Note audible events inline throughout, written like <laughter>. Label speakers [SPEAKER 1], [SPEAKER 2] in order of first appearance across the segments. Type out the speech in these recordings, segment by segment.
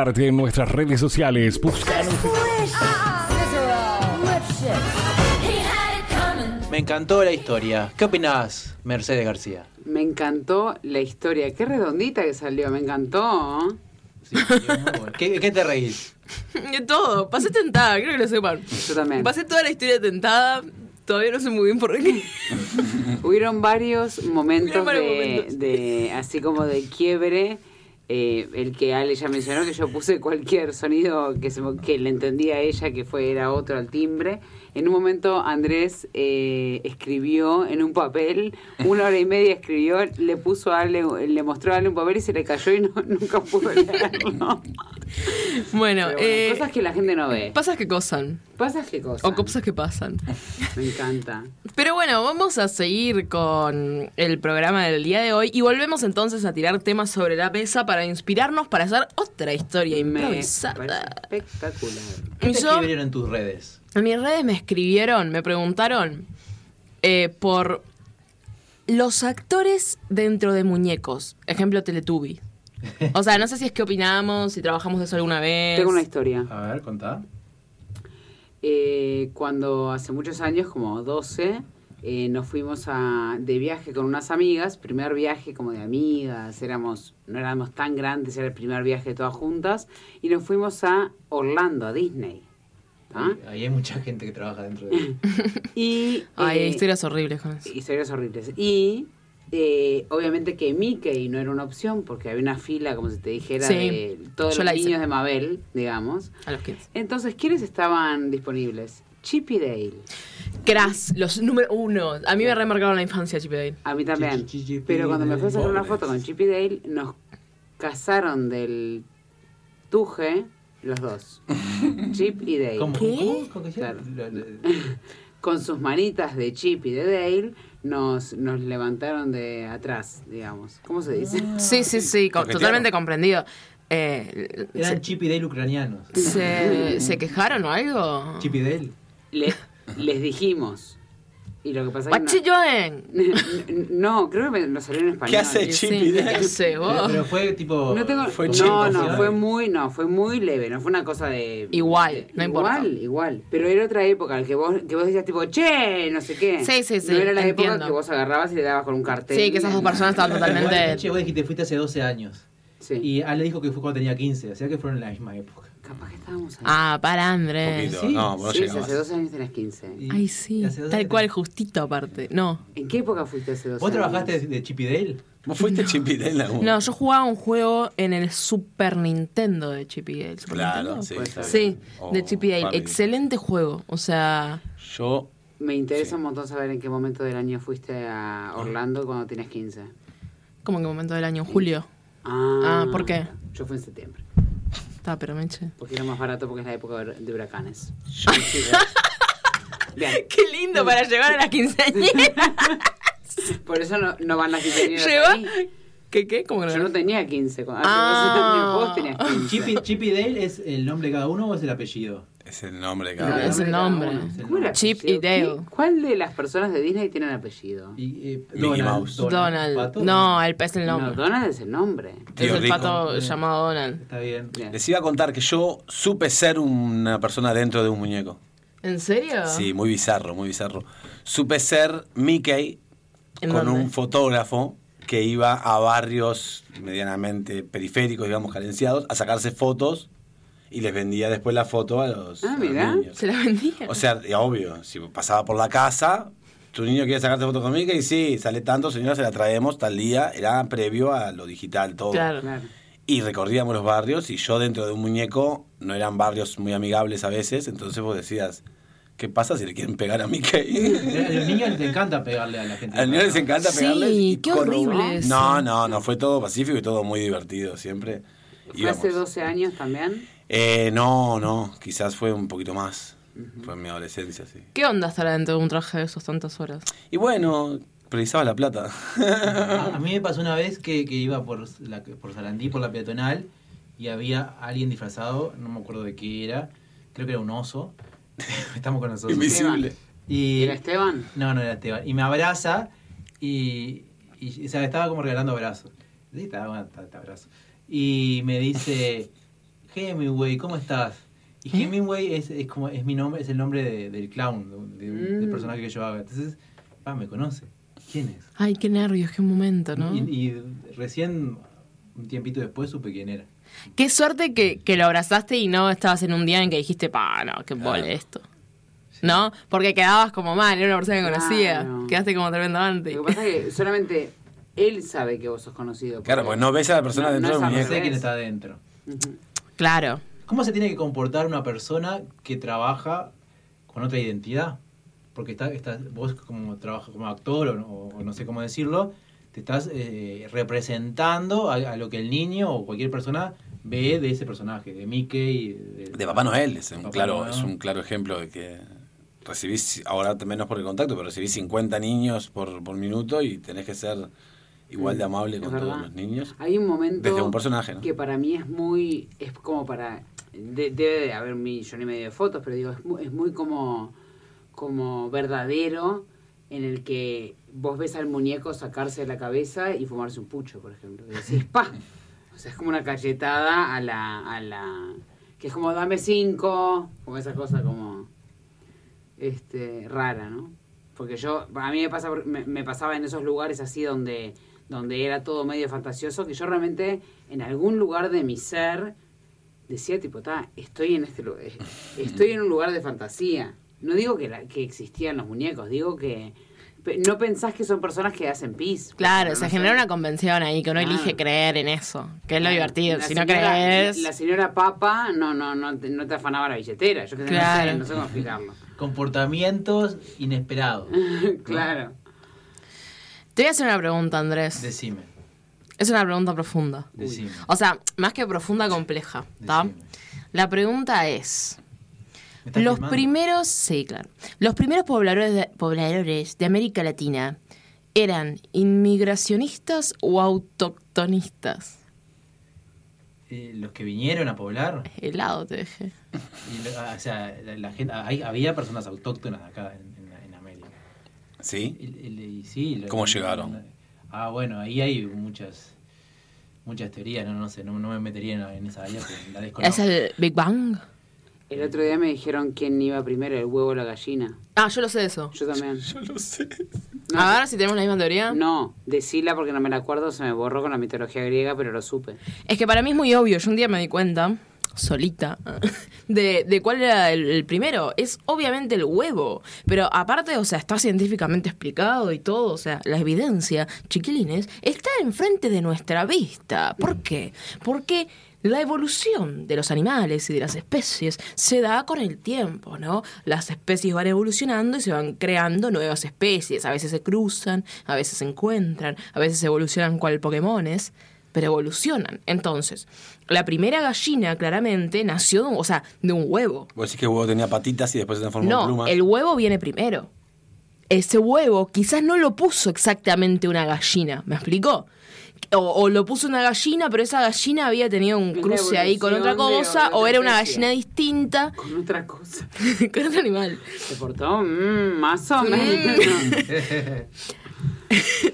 [SPEAKER 1] Arte en nuestras redes sociales. Búscanos.
[SPEAKER 2] Me encantó la historia. ¿Qué opinás, Mercedes García?
[SPEAKER 3] Me encantó la historia. Qué redondita que salió, me encantó.
[SPEAKER 2] Sí, muy
[SPEAKER 3] <laughs>
[SPEAKER 2] bueno. ¿Qué, qué te reís?
[SPEAKER 4] <laughs> De todo. Pasé tentada, creo que lo sepan.
[SPEAKER 3] Yo también.
[SPEAKER 4] Pasé toda la historia tentada. Todavía no sé muy bien por
[SPEAKER 3] <laughs>
[SPEAKER 4] qué.
[SPEAKER 3] Hubieron varios momentos,
[SPEAKER 4] Mm. Hubieron varios
[SPEAKER 3] de,
[SPEAKER 4] momentos.
[SPEAKER 3] de- así como de quiebre. Eh, el que Ale ya mencionó, que yo puse cualquier sonido que, se, me- que le entendía a ella, que fue, era otro al timbre. En un momento Andrés eh, escribió en un papel, una hora y media escribió, le puso a Ale, le mostró a Ale un papel y se le cayó y no- nunca pudo
[SPEAKER 4] <laughs>
[SPEAKER 3] leerlo.
[SPEAKER 4] Bueno,
[SPEAKER 3] Pero bueno,
[SPEAKER 4] eh,
[SPEAKER 3] cosas que la gente no ve.
[SPEAKER 4] pasas que cosan.
[SPEAKER 3] Pasas que cosas.
[SPEAKER 4] O cosas que pasan.
[SPEAKER 3] Me encanta.
[SPEAKER 4] Pero bueno, vamos a seguir con el programa del día de hoy y volvemos entonces a tirar temas sobre la mesa para inspirarnos para hacer otra historia
[SPEAKER 3] Me
[SPEAKER 4] improvisada.
[SPEAKER 3] parece Este espectacular.
[SPEAKER 2] ¿Qué te
[SPEAKER 4] Yo-
[SPEAKER 2] escribieron en tus redes?
[SPEAKER 4] En mis redes me escribieron, me preguntaron eh, por los actores dentro de muñecos. Ejemplo, Teletubby. O sea, no sé si es que opinamos, si trabajamos de eso alguna vez.
[SPEAKER 3] Tengo una historia.
[SPEAKER 2] A ver, contá.
[SPEAKER 3] Eh, cuando hace muchos años, como 12, eh, nos fuimos a, de viaje con unas amigas, primer viaje como de amigas, éramos, no éramos tan grandes, era el primer viaje todas juntas, y nos fuimos a Orlando, a Disney. ¿tá?
[SPEAKER 2] Ahí hay mucha gente que trabaja dentro
[SPEAKER 3] <laughs>
[SPEAKER 2] de...
[SPEAKER 3] Y,
[SPEAKER 4] Ay,
[SPEAKER 3] eh,
[SPEAKER 4] historias horribles con eso.
[SPEAKER 3] Historias horribles. Y eh, obviamente que Mickey no era una opción porque había una fila, como si te dijera,
[SPEAKER 4] Sí,
[SPEAKER 3] de todos
[SPEAKER 4] yo
[SPEAKER 3] los
[SPEAKER 4] la hice.
[SPEAKER 3] niños de Mabel, digamos.
[SPEAKER 4] A los 15.
[SPEAKER 3] Entonces, ¿quiénes estaban disponibles? Chip y Dale.
[SPEAKER 4] Crash, los número uno. A mí me remarcaron la infancia, Chip y Dale.
[SPEAKER 3] A mí también.
[SPEAKER 2] Chi, chi, chi, chi,
[SPEAKER 3] Pero cuando me fui a sacar una
[SPEAKER 2] pobres.
[SPEAKER 3] foto con Chip y Dale, nos casaron del tuje los
[SPEAKER 2] <laughs>
[SPEAKER 3] dos. Chip y Dale.
[SPEAKER 2] ¿Cómo?
[SPEAKER 4] ¿Qué?
[SPEAKER 2] ¿Cómo? ¿Con qué se-
[SPEAKER 3] Claro. <laughs>
[SPEAKER 2] lo- lo-
[SPEAKER 3] Con sus manitas de Chip y de Dale, nos, nos levantaron de atrás, digamos. ¿Cómo se dice?
[SPEAKER 4] Sí, sí, sí, co-
[SPEAKER 5] Porque
[SPEAKER 4] totalmente comprendido. Eh,
[SPEAKER 2] Eran
[SPEAKER 4] se,
[SPEAKER 2] Chip y Dale ucranianos.
[SPEAKER 4] se- se quejaron o algo?
[SPEAKER 2] Chip y Dale.
[SPEAKER 3] Le- les dijimos. Y lo que pasa
[SPEAKER 4] What you
[SPEAKER 3] es que.
[SPEAKER 4] doing?
[SPEAKER 3] No, no, <laughs> creo que me- lo salió en español.
[SPEAKER 5] ¿Qué hace
[SPEAKER 4] Y
[SPEAKER 5] Chip
[SPEAKER 4] sí,
[SPEAKER 5] y Dale?
[SPEAKER 4] ¿qué sé
[SPEAKER 2] Pero,
[SPEAKER 4] vos?
[SPEAKER 2] pero fue tipo...
[SPEAKER 3] Oh. No tengo-
[SPEAKER 5] Fue
[SPEAKER 3] no,
[SPEAKER 5] chico,
[SPEAKER 3] no,
[SPEAKER 5] fue-
[SPEAKER 3] fue muy, no, fue muy leve, no fue una cosa de
[SPEAKER 4] Igual, no
[SPEAKER 3] igual,
[SPEAKER 4] importa.
[SPEAKER 3] igual. Pero era otra época, el que vos, que vos decías tipo, che, no sé qué.
[SPEAKER 4] Sí, sí, sí,
[SPEAKER 3] No era la
[SPEAKER 4] entiendo.
[SPEAKER 3] época que vos agarrabas y le dabas con un cartel.
[SPEAKER 4] Sí, que esas dos personas estaban
[SPEAKER 2] Igual, Che,
[SPEAKER 4] totalmente...
[SPEAKER 2] vos dijiste, fuiste hace 12 años.
[SPEAKER 3] Sí.
[SPEAKER 2] Y Ale dijo que fue cuando tenía 15, o sea que fueron en la misma época.
[SPEAKER 3] Capaz que estábamos ahí.
[SPEAKER 4] Ah, para Andrés.
[SPEAKER 5] Poquito,
[SPEAKER 2] sí,
[SPEAKER 5] no, vos no
[SPEAKER 3] sí, si
[SPEAKER 5] llegabas.
[SPEAKER 3] hace dos años tenés 15.
[SPEAKER 2] Y
[SPEAKER 4] Ay, sí,
[SPEAKER 2] hace 12
[SPEAKER 4] tal cual,
[SPEAKER 2] tenía-
[SPEAKER 4] justito aparte. No,
[SPEAKER 3] ¿En qué época fuiste hace dos
[SPEAKER 2] ¿Vos
[SPEAKER 3] años?
[SPEAKER 2] trabajaste de- de Chip y Dale?
[SPEAKER 5] ¿Vos fuiste Chip y Dale en algún
[SPEAKER 4] no, yo jugaba un juego en el Super Nintendo de Chip y Dale. ¿Super
[SPEAKER 5] Claro,
[SPEAKER 4] Nintendo?
[SPEAKER 5] sí. Oh,
[SPEAKER 3] Puede
[SPEAKER 5] está
[SPEAKER 3] ser.
[SPEAKER 4] Sí,
[SPEAKER 5] bien.
[SPEAKER 4] de
[SPEAKER 5] O
[SPEAKER 4] Chip y Dale.
[SPEAKER 5] Barbie.
[SPEAKER 4] Excelente juego, o sea...
[SPEAKER 5] Yo,
[SPEAKER 3] Me interesa
[SPEAKER 5] Sí. Ah.
[SPEAKER 3] un montón saber en qué momento del año fuiste a Orlando cuando tenías 15.
[SPEAKER 4] ¿Cómo que momento del año? Julio.
[SPEAKER 3] Ah,
[SPEAKER 4] Ah, ¿por qué?
[SPEAKER 3] Yo fui en septiembre.
[SPEAKER 4] Está, pero meche.
[SPEAKER 3] Porque era más barato porque es la época de huracanes.
[SPEAKER 5] yo
[SPEAKER 3] <laughs> Bien,
[SPEAKER 4] <laughs> Qué lindo para llegar a las quinceañeras.
[SPEAKER 3] por eso no, no van las quinceañeras ahí.
[SPEAKER 4] <laughs> Lleva... ¿Qué, qué? ¿Cómo que no?
[SPEAKER 3] Yo no tenía 15. Cuando,
[SPEAKER 4] Ah.
[SPEAKER 3] Vos tenías 15.
[SPEAKER 2] ¿Chip y, Chip y Dale es el nombre de cada uno o es el apellido?
[SPEAKER 5] es el nombre de
[SPEAKER 4] No,
[SPEAKER 5] cada
[SPEAKER 4] es
[SPEAKER 5] uno.
[SPEAKER 4] el nombre.
[SPEAKER 3] ¿Cómo era
[SPEAKER 4] Chip
[SPEAKER 3] apellido?
[SPEAKER 4] y Dale.
[SPEAKER 3] ¿Qui- ¿Cuál de las personas de Disney tienen apellido?
[SPEAKER 2] Y, eh,
[SPEAKER 5] Mickey Mouse.
[SPEAKER 4] Donald.
[SPEAKER 2] ¿Pato?
[SPEAKER 4] No, el pez el
[SPEAKER 3] No,
[SPEAKER 4] nombre.
[SPEAKER 3] Donald es el nombre.
[SPEAKER 4] es
[SPEAKER 5] Tío
[SPEAKER 4] el
[SPEAKER 5] Rico.
[SPEAKER 4] pato llamado Donald.
[SPEAKER 2] Está bien.
[SPEAKER 3] Bien.
[SPEAKER 5] Les iba a contar que yo supe ser una persona dentro de un muñeco.
[SPEAKER 4] ¿En serio?
[SPEAKER 5] Sí, muy bizarro, muy bizarro. Supe ser Mickey
[SPEAKER 4] ¿En
[SPEAKER 5] con
[SPEAKER 4] dónde?
[SPEAKER 5] un fotógrafo que iba a barrios medianamente periféricos, digamos, carenciados, a sacarse fotos y les vendía después la foto a los,
[SPEAKER 3] Ah,
[SPEAKER 5] a los
[SPEAKER 3] mirá.
[SPEAKER 5] niños.
[SPEAKER 4] Se la vendía.
[SPEAKER 5] O sea, y obvio, si pasaba por la casa, tu niño quiere sacarte foto con Mickey, y sí, sale tanto, señora, se la traemos tal día, era previo a lo digital, todo.
[SPEAKER 4] Claro.
[SPEAKER 3] Claro.
[SPEAKER 5] Y recorríamos los barrios y yo dentro de un muñeco no eran barrios muy amigables a veces, entonces vos decías, ¿qué pasa si le quieren pegar a
[SPEAKER 4] <laughs>
[SPEAKER 5] Mickey?
[SPEAKER 2] A los niños les encanta pegarle a la gente.
[SPEAKER 5] Al niño les encanta
[SPEAKER 4] Sí,
[SPEAKER 5] pegarles. y
[SPEAKER 4] qué
[SPEAKER 5] con-
[SPEAKER 4] horrible eso.
[SPEAKER 5] No, no, no, fue todo pacífico y todo muy divertido siempre.
[SPEAKER 3] ¿Fue
[SPEAKER 5] Íbamos.
[SPEAKER 3] hace 12 años también?
[SPEAKER 5] Eh, no, no, quizás fue un poquito más. Fue en mi adolescencia, sí.
[SPEAKER 4] ¿Qué onda estar dentro de un traje de esos tantas horas?
[SPEAKER 5] Y bueno, precisaba la plata.
[SPEAKER 2] A, a mí me pasó una vez que, que iba por, la, por Sarandí, por la peatonal, y había alguien disfrazado, no me acuerdo de qué era, creo que era un oso. <laughs> Estamos con nosotros.
[SPEAKER 5] Invisible.
[SPEAKER 2] Y,
[SPEAKER 3] ¿Era Esteban?
[SPEAKER 2] No, no era Esteban. Y me abraza y, y- o sea, estaba como regalando abrazos. Sí, estaba, estaba- estaba abrazo. Y me dice,
[SPEAKER 6] Hemingway, ¿cómo estás? Y Hemingway es, es como es mi nombre, es el nombre de- del clown, de- de- del
[SPEAKER 3] Mm.
[SPEAKER 6] personaje que yo hago. Entonces, pa, me conoce. ¿Quién es?
[SPEAKER 4] Ay, qué nervios, qué momento, ¿no?
[SPEAKER 6] Y, y recién, un tiempito después, supe quién era.
[SPEAKER 4] Qué suerte que, que lo abrazaste y no estabas en un día en que dijiste, pa, no, qué
[SPEAKER 5] Claro.
[SPEAKER 4] mole esto. ¿No? Porque quedabas como mal, era una persona que conocía.
[SPEAKER 3] Claro.
[SPEAKER 4] Quedaste como tremendo
[SPEAKER 3] Lo
[SPEAKER 4] antes.
[SPEAKER 3] que pasa es que solamente él sabe que vos sos conocido.
[SPEAKER 5] Claro, porque no Ah, ves a la persona
[SPEAKER 3] No,
[SPEAKER 5] dentro del
[SPEAKER 3] no es
[SPEAKER 6] No
[SPEAKER 5] muñeco.
[SPEAKER 6] sé
[SPEAKER 3] Bien.
[SPEAKER 6] quién está adentro.
[SPEAKER 3] Ujú.
[SPEAKER 4] <laughs> Claro.
[SPEAKER 6] ¿Cómo se tiene que comportar una persona que trabaja con otra identidad? Porque está, está, vos como trabajas como actor o, no- o no sé cómo decirlo, te estás eh, representando a, a lo que el niño o cualquier persona ve de ese personaje, de Mickey. De,
[SPEAKER 5] De Papá Noel, es un,
[SPEAKER 6] Papá
[SPEAKER 5] claro,
[SPEAKER 6] Noel.
[SPEAKER 5] es un claro ejemplo de que recibís, ahora menos por el contacto, pero recibís 50 niños por, por minuto y tenés que ser igual de amable
[SPEAKER 3] Mm, Es
[SPEAKER 5] con
[SPEAKER 3] verdad.
[SPEAKER 5] todos los niños.
[SPEAKER 3] Hay un momento
[SPEAKER 5] Desde un personaje, ¿no?
[SPEAKER 3] que para mí es muy, es como para, de- debe de haber un millón y medio de fotos, pero digo, es muy, es muy como, como verdadero en el que vos ves al muñeco sacarse de la cabeza y fumarse un pucho, por ejemplo. Y decís, pa, o sea, es como una cachetada a la, a la, que es como dame cinco, como esa cosa como, este, rara, ¿no? Porque yo, a mí me, pasa, por- me, me pasaba en esos lugares así donde, donde era todo medio fantasioso, que yo realmente en algún lugar de mi ser decía tipo, "Ta, estoy en este lugar, estoy en un lugar de fantasía. No digo que, la- que existían los muñecos, digo que pe- no pensás que son personas que hacen pis.
[SPEAKER 4] Claro,
[SPEAKER 3] No
[SPEAKER 4] se
[SPEAKER 3] sé.
[SPEAKER 4] genera una convención ahí que uno
[SPEAKER 3] Claro.
[SPEAKER 4] elige creer en eso, que es lo divertido.
[SPEAKER 3] La
[SPEAKER 4] si no
[SPEAKER 3] señora-
[SPEAKER 4] crees.
[SPEAKER 3] La señora Papa no, no, no, te, no te afanaba la billetera. Yo qué sé, no sé,
[SPEAKER 4] Claro.
[SPEAKER 3] no sé cómo explicarlo. <laughs>
[SPEAKER 6] Comportamientos inesperados.
[SPEAKER 3] claro.
[SPEAKER 4] Te voy a hacer una pregunta, Andrés.
[SPEAKER 6] Decime,
[SPEAKER 4] Es una pregunta profunda.
[SPEAKER 6] decime.
[SPEAKER 4] O sea, más que profunda, compleja. ¿tá?
[SPEAKER 6] decime.
[SPEAKER 4] La pregunta es.
[SPEAKER 6] ¿Me estás
[SPEAKER 4] Los
[SPEAKER 6] filmando?
[SPEAKER 4] primeros, sí, claro. Los primeros pobladores de, pobladores de América Latina eran inmigracionistas o autoctonistas.
[SPEAKER 6] Eh, los que vinieron a poblar,
[SPEAKER 4] Helado te dejé.
[SPEAKER 6] y lo- ah, o sea, la, la gente, ah, hay- había personas autóctonas acá en- en- en América.
[SPEAKER 5] ¿Sí?
[SPEAKER 6] El- el- y sí, lo-
[SPEAKER 5] ¿Cómo llegaron?
[SPEAKER 6] Ah, bueno, ahí hay muchas muchas teorías, no, no sé, no, no me metería en, en esa área porque la
[SPEAKER 4] ¿Es
[SPEAKER 6] desconozco.
[SPEAKER 4] el Big Bang?
[SPEAKER 3] El otro día me dijeron quién iba primero, el huevo o la gallina.
[SPEAKER 4] Ah, yo lo sé de eso.
[SPEAKER 3] Yo también.
[SPEAKER 5] Yo lo sé.
[SPEAKER 3] No,
[SPEAKER 4] A ver si tenemos la misma teoría.
[SPEAKER 3] No, decila porque no me la acuerdo, se me borró con la mitología griega, pero lo supe.
[SPEAKER 4] Es que para mí es muy obvio. Yo un día me di cuenta, solita, <laughs> de, de cuál era el, el primero. Es obviamente el huevo. Pero aparte, o sea, está científicamente explicado y todo. O sea, la evidencia, chiquilines, está enfrente de nuestra vista. ¿Por qué? Porque la evolución de los animales y de las especies se da con el tiempo, ¿no? Las especies van evolucionando y se van creando nuevas especies. A veces se cruzan, a veces se encuentran, a veces evolucionan cual Pokémones, pero evolucionan. Entonces, la primera gallina claramente nació, de un- o sea, de un huevo.
[SPEAKER 5] Vos decís que el huevo tenía patitas y después se transformó en
[SPEAKER 4] No,
[SPEAKER 5] plumas. <laughs>
[SPEAKER 4] el huevo viene primero. Ese huevo quizás no lo puso exactamente una gallina, ¿me explicó? O, o lo puso una gallina, pero esa gallina había tenido un
[SPEAKER 3] Una
[SPEAKER 4] cruce ahí con otra
[SPEAKER 3] evolución de
[SPEAKER 4] cosa,
[SPEAKER 3] otra
[SPEAKER 4] o era una
[SPEAKER 3] especie.
[SPEAKER 4] gallina distinta <laughs>
[SPEAKER 3] Con otra cosa.
[SPEAKER 4] con otro animal.
[SPEAKER 3] Se portó mm, más o menos.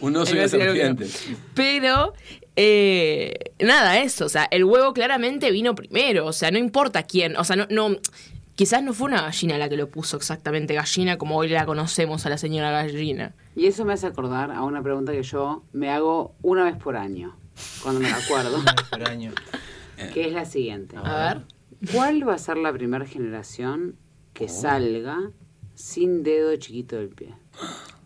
[SPEAKER 5] Un oso y
[SPEAKER 4] Iba a
[SPEAKER 5] una
[SPEAKER 4] decir algo que no.
[SPEAKER 5] serpiente.
[SPEAKER 4] Pero, eh, nada, eso. O sea, el huevo claramente vino primero. O sea, no importa quién. O sea, no. no Quizás no fue una gallina la que lo puso exactamente gallina como hoy la conocemos a la señora gallina.
[SPEAKER 3] Y eso me hace acordar a una pregunta que yo me hago una vez por año, cuando me la
[SPEAKER 4] <laughs>
[SPEAKER 3] acuerdo,
[SPEAKER 6] Una vez por año.
[SPEAKER 3] que es la siguiente.
[SPEAKER 4] A ver.
[SPEAKER 3] ¿Cuál va a ser la primera generación
[SPEAKER 4] Oh.
[SPEAKER 3] que salga sin dedo chiquito del pie?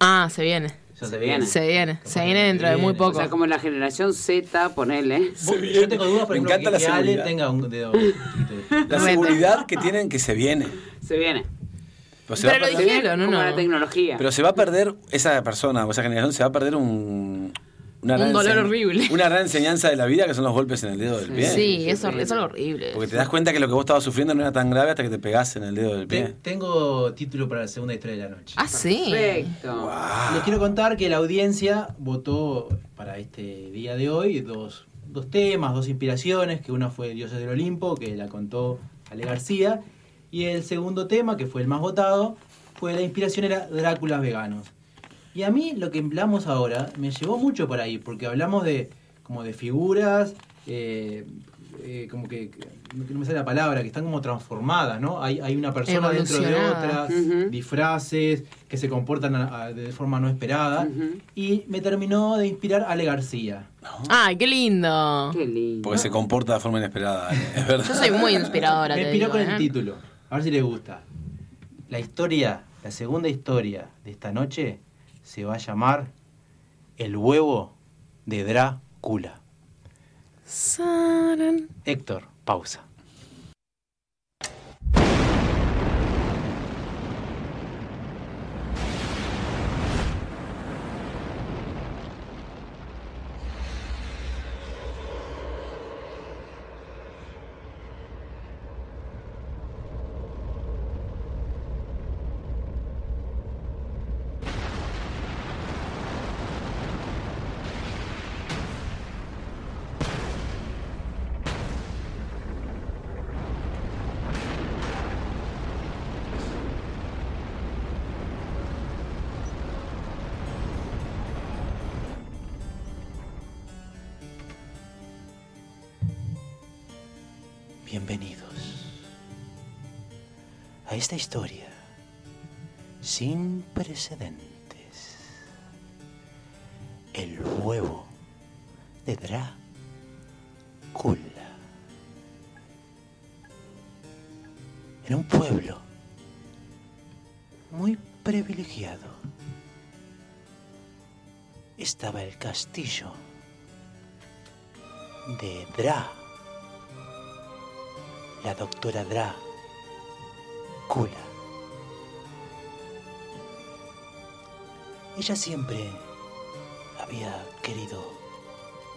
[SPEAKER 4] Ah, se viene.
[SPEAKER 6] Ya
[SPEAKER 3] Se
[SPEAKER 6] se
[SPEAKER 3] viene.
[SPEAKER 6] viene.
[SPEAKER 4] Se viene,
[SPEAKER 6] Capaz
[SPEAKER 4] se
[SPEAKER 6] que
[SPEAKER 4] viene dentro de muy
[SPEAKER 6] viene.
[SPEAKER 3] O
[SPEAKER 4] poco.
[SPEAKER 3] sea, como la generación Z, ponele.
[SPEAKER 5] Se
[SPEAKER 6] Vos-
[SPEAKER 5] viene.
[SPEAKER 6] Yo tengo dudas, por
[SPEAKER 5] Me
[SPEAKER 6] ejemplo,
[SPEAKER 5] encanta la
[SPEAKER 6] que, que Ale
[SPEAKER 5] seguridad.
[SPEAKER 6] tenga un
[SPEAKER 5] <laughs>
[SPEAKER 6] dedo chiquito.
[SPEAKER 5] La
[SPEAKER 4] Reta.
[SPEAKER 5] seguridad que tienen que se viene.
[SPEAKER 3] Se viene.
[SPEAKER 5] Pero se,
[SPEAKER 4] Pero
[SPEAKER 5] va a
[SPEAKER 4] lo
[SPEAKER 5] perder,
[SPEAKER 4] dije- Dijeron, no,
[SPEAKER 3] como
[SPEAKER 4] no.
[SPEAKER 3] la tecnología.
[SPEAKER 5] pero se va a perder esa persona o esa generación, se va a perder un... Una
[SPEAKER 4] Un dolor
[SPEAKER 5] enseñ-
[SPEAKER 4] horrible.
[SPEAKER 5] Una gran enseñanza de la vida que son los golpes en el dedo del pie.
[SPEAKER 4] sí,
[SPEAKER 3] se
[SPEAKER 4] es, hor-
[SPEAKER 3] viene.
[SPEAKER 4] es algo horrible.
[SPEAKER 5] Porque te das cuenta que lo que vos estabas sufriendo no era tan grave hasta que te pegás en el dedo del
[SPEAKER 6] Te-
[SPEAKER 5] pie.
[SPEAKER 6] tengo título para la segunda historia de la noche.
[SPEAKER 4] Ah, sí.
[SPEAKER 3] Perfecto.
[SPEAKER 6] Les quiero contar que la audiencia votó para este día de hoy dos, dos temas, dos inspiraciones, que una fue Dioses del Olimpo, que la contó Ale García, y el segundo tema, que fue el más votado, fue la inspiración era Dráculas veganos. Y a mí lo que hablamos ahora me llevó mucho por ahí, porque hablamos de como de figuras, eh, eh, como que, que- no me sale la palabra, que están como transformadas, ¿no? Hay, hay una persona dentro de otra,
[SPEAKER 3] Evolucionadas. Ujú.
[SPEAKER 6] disfraces, que se comportan a- a- de forma no esperada.
[SPEAKER 3] Ujú.
[SPEAKER 6] Y me terminó de inspirar Ale García.
[SPEAKER 7] Ay, qué lindo.
[SPEAKER 3] Qué lindo.
[SPEAKER 5] Porque se comporta de forma inesperada, Ale,
[SPEAKER 4] <laughs>
[SPEAKER 5] es verdad.
[SPEAKER 7] Yo soy muy inspiradora.
[SPEAKER 6] me
[SPEAKER 7] te
[SPEAKER 6] inspiró
[SPEAKER 7] digo,
[SPEAKER 6] con
[SPEAKER 7] ¿eh?
[SPEAKER 6] el título, a ver si le gusta. La historia, la segunda historia de esta noche se va a llamar El huevo de Drácula. <laughs>
[SPEAKER 7] Saran.
[SPEAKER 6] Héctor, pausa. Bienvenidos a esta historia sin precedentes. El huevo de Drácula. En un pueblo muy privilegiado estaba el castillo de Drácula la doctora Dra. Kula. Ella siempre había querido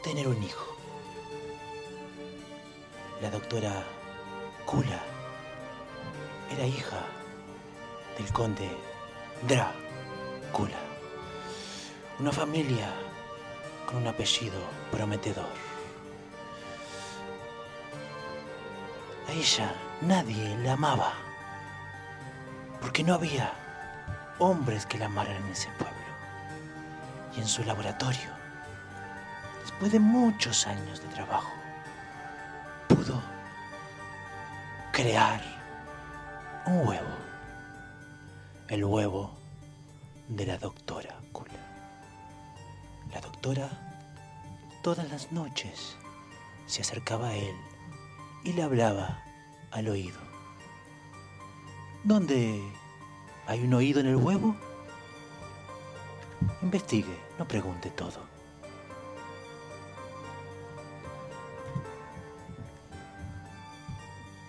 [SPEAKER 6] tener un hijo. La doctora Kula era hija del conde Dra. Kula. Una familia con un apellido prometedor. A ella nadie la amaba, porque no había hombres que la amaran en ese pueblo. Y en su laboratorio, después de muchos años de trabajo, pudo crear un huevo, el huevo de la doctora Kula. La doctora todas las noches se acercaba a él y le hablaba al oído. ¿Dónde hay un oído en el huevo? Investigue, no pregunte todo.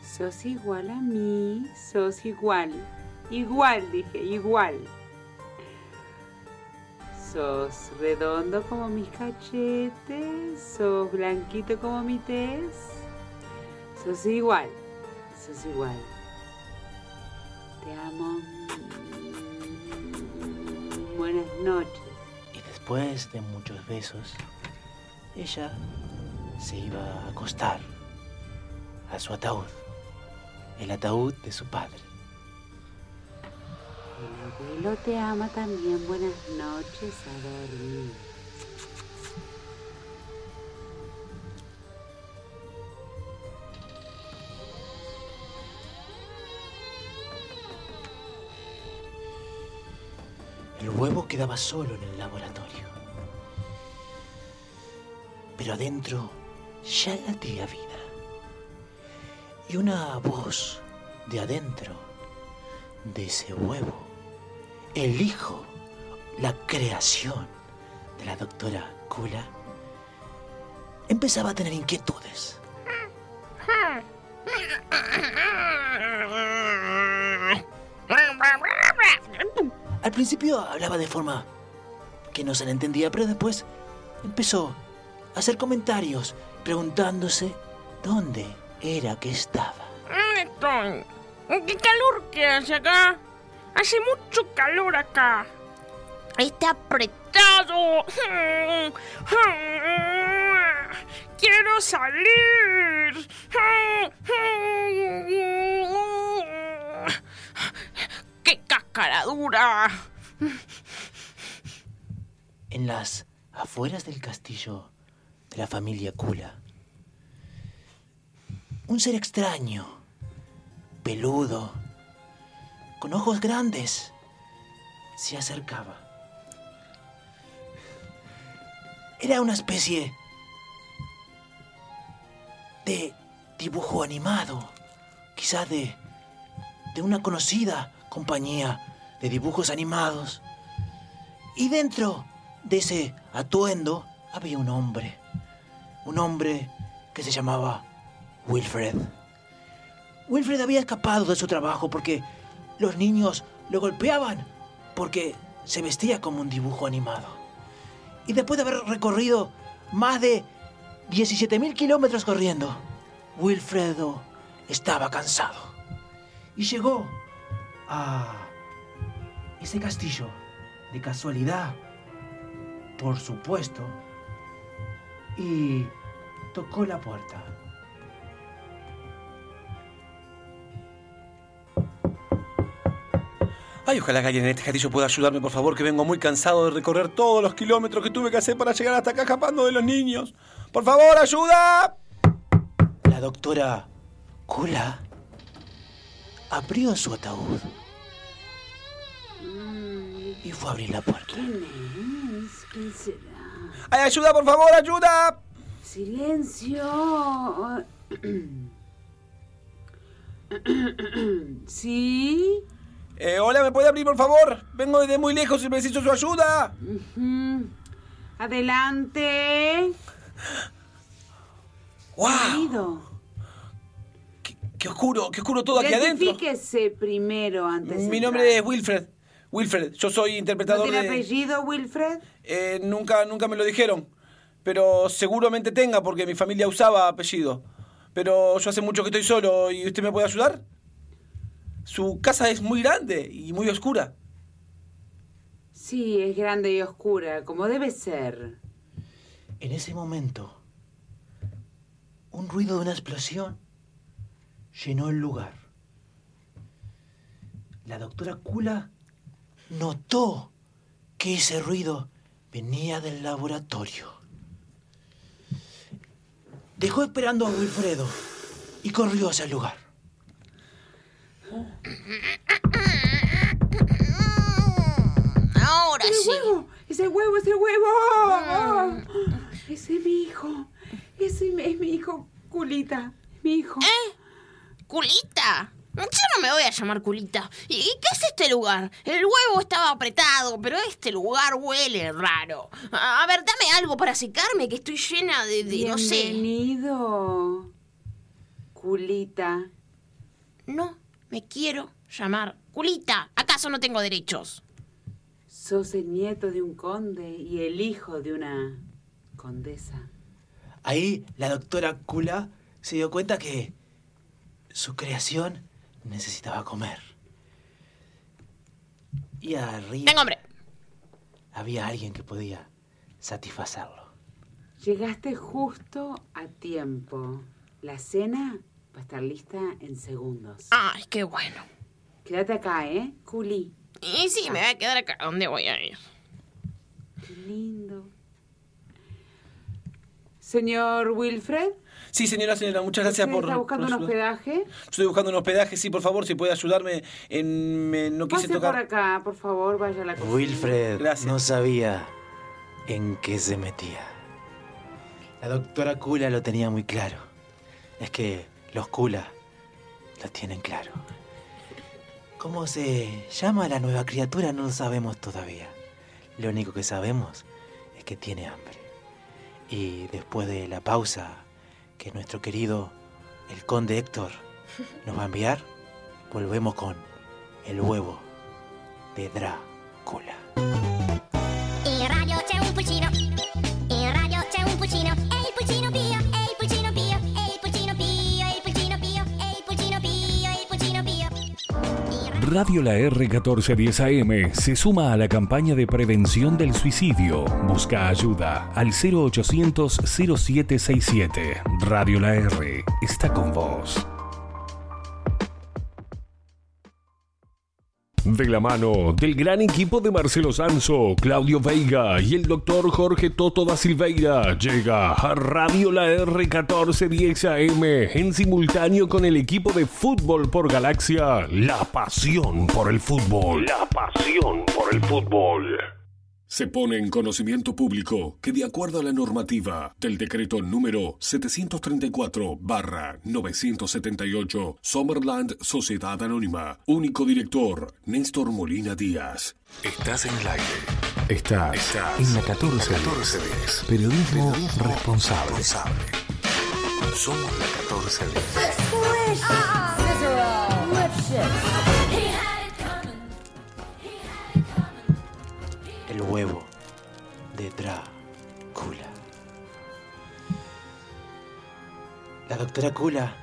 [SPEAKER 3] Sos igual a mí, sos igual. Igual, dije, igual. Sos redondo como mis cachetes, sos blanquito como mi tez. Sos igual, sos igual. Te amo. Buenas noches.
[SPEAKER 6] Y después de muchos besos, ella se iba a acostar a su ataúd, el ataúd de su padre.
[SPEAKER 3] El abuelo te ama también. Buenas noches, a dormir.
[SPEAKER 6] El huevo quedaba solo en el laboratorio. Pero adentro ya latía vida. Y una voz de adentro, de ese huevo, el hijo, la creación de la doctora Kula, empezaba a tener inquietudes. Al principio hablaba de forma que no se le entendía, pero después empezó a hacer comentarios preguntándose dónde era que estaba.
[SPEAKER 4] ¿Dónde Ah, estoy? ¿Qué calor que hace acá? Hace mucho calor acá. Está apretado. <laughs> Quiero salir. <laughs> ¡Qué cascaradura!
[SPEAKER 6] En las afueras del castillo de la familia Kula un ser extraño, peludo, con ojos grandes, se acercaba. Era una especie de dibujo animado, quizá de, de una conocida compañía de dibujos animados. Y dentro de ese atuendo había un hombre, un hombre que se llamaba Wilfred. Wilfred había escapado de su trabajo porque los niños lo golpeaban, porque se vestía como un dibujo animado. Y después de haber recorrido más de 17.000 kilómetros corriendo, Wilfredo estaba cansado. Y llegó a ese castillo de casualidad, por supuesto, y tocó la puerta.
[SPEAKER 5] Ay, ojalá que alguien en este castillo pueda ayudarme, por favor, que vengo muy cansado de recorrer todos los kilómetros que tuve que hacer para llegar hasta acá escapando de los niños. ¡Por favor, ayuda!
[SPEAKER 6] La doctora Kula abrió su ataúd y fue a abrir la puerta.
[SPEAKER 3] ¿Quién Ah, es? ¿Quién será?
[SPEAKER 5] ¡Ay, ayuda, por favor, ayuda!
[SPEAKER 3] Silencio. <clears throat> ¿Sí?
[SPEAKER 5] Eh, hola, ¿me puede abrir, por favor? Vengo desde muy lejos y necesito su ayuda.
[SPEAKER 3] Mm. Adelante.
[SPEAKER 5] ¡Wow!
[SPEAKER 3] Querido.
[SPEAKER 5] Qué, qué oscuro, qué oscuro todo aquí adentro.
[SPEAKER 3] Identifíquese primero antes de
[SPEAKER 5] Mi
[SPEAKER 3] entrar.
[SPEAKER 5] nombre es Wilfred. Wilfred, yo soy
[SPEAKER 3] ¿No
[SPEAKER 5] interpretador
[SPEAKER 3] tiene
[SPEAKER 5] de...
[SPEAKER 3] apellido, Wilfred?
[SPEAKER 5] Eh, nunca, nunca me lo dijeron. Pero seguramente tenga, porque mi familia usaba apellido. Pero yo hace mucho que estoy solo y usted me puede ayudar. Su casa es muy grande y muy oscura.
[SPEAKER 3] Sí, es grande y oscura, como debe ser.
[SPEAKER 6] En ese momento, un ruido de una explosión llenó el lugar. La doctora Kula notó que ese ruido venía del laboratorio. Dejó esperando a Wilfredo y corrió hacia el lugar.
[SPEAKER 8] Ahora
[SPEAKER 3] ¡Es
[SPEAKER 8] sí.
[SPEAKER 3] el huevo! ¡Es el huevo! ¡Es el huevo! ¡Ah! Ese es mi hijo. Ese es mi hijo, culita. Mi hijo.
[SPEAKER 8] ¿Eh? ¿Culita? Yo no me voy a llamar culita. ¿Y, y qué es este lugar? El huevo estaba apretado, pero este lugar huele raro. A, a ver, dame algo para secarme, que estoy llena de, de- no sé.
[SPEAKER 3] Bienvenido, culita.
[SPEAKER 8] No, me quiero llamar culita. ¿Acaso no tengo derechos?
[SPEAKER 3] Sos el nieto de un conde y el hijo de una condesa.
[SPEAKER 6] Ahí la doctora Kula se dio cuenta que su creación necesitaba comer. Y arriba
[SPEAKER 8] Tengo hambre.
[SPEAKER 6] había alguien que podía satisfacerlo.
[SPEAKER 3] Llegaste justo a tiempo. La cena va a estar lista en segundos.
[SPEAKER 8] Ay, qué bueno.
[SPEAKER 3] Quédate acá, ¿eh? Culi.
[SPEAKER 8] Y sí, me voy a quedar acá. ¿A dónde voy a ir?
[SPEAKER 3] Qué lindo. Señor Wilfred,
[SPEAKER 5] Sí, señora, señora, muchas gracias
[SPEAKER 3] ¿usted
[SPEAKER 5] por...
[SPEAKER 3] está buscando
[SPEAKER 5] por
[SPEAKER 3] un
[SPEAKER 5] su-
[SPEAKER 3] hospedaje?
[SPEAKER 5] Estoy buscando un hospedaje, sí, por favor, si puede ayudarme. En, me- no quise
[SPEAKER 3] Pase por
[SPEAKER 5] tocar...
[SPEAKER 3] acá, por favor, vaya a la cocina.
[SPEAKER 6] Wilfred
[SPEAKER 5] Gracias.
[SPEAKER 6] no sabía en qué se metía. La doctora Kula lo tenía muy claro. Es que los Kula lo tienen claro. ¿Cómo se llama la nueva criatura? No lo sabemos todavía. Lo único que sabemos es que tiene hambre. Y después de la pausa que nuestro querido el conde Héctor nos va a enviar, volvemos con el huevo de Drácula.
[SPEAKER 9] In radio c'è un pulcino. In radio c'è un pulcino. E il pulcino pio, e il pulcino pio, e il pulcino pio, e il pulcino pio, e il pulcino pio, e il pulcino pio. In ra-
[SPEAKER 1] Radio La R1410 AM se suma a la campaña de prevención del suicidio. Busca ayuda al 0800 0767. Radio La R está con vos. de la mano del gran equipo de Marcelo Sanso, Claudio Veiga y el doctor Jorge Toto da Silveira, llega a Radio La R1410 AM en simultáneo con el equipo de Fútbol por Galaxia, la pasión por el fútbol. La pasión por el fútbol. Se pone en conocimiento público que de acuerdo a la normativa del decreto número 734-978 Summerland Sociedad Anónima, único director Néstor Molina Díaz. Estás en el aire. Estás, en la 14 10. Periodismo, responsable. Somos la 14
[SPEAKER 6] el huevo de Drácula. La doctora Kula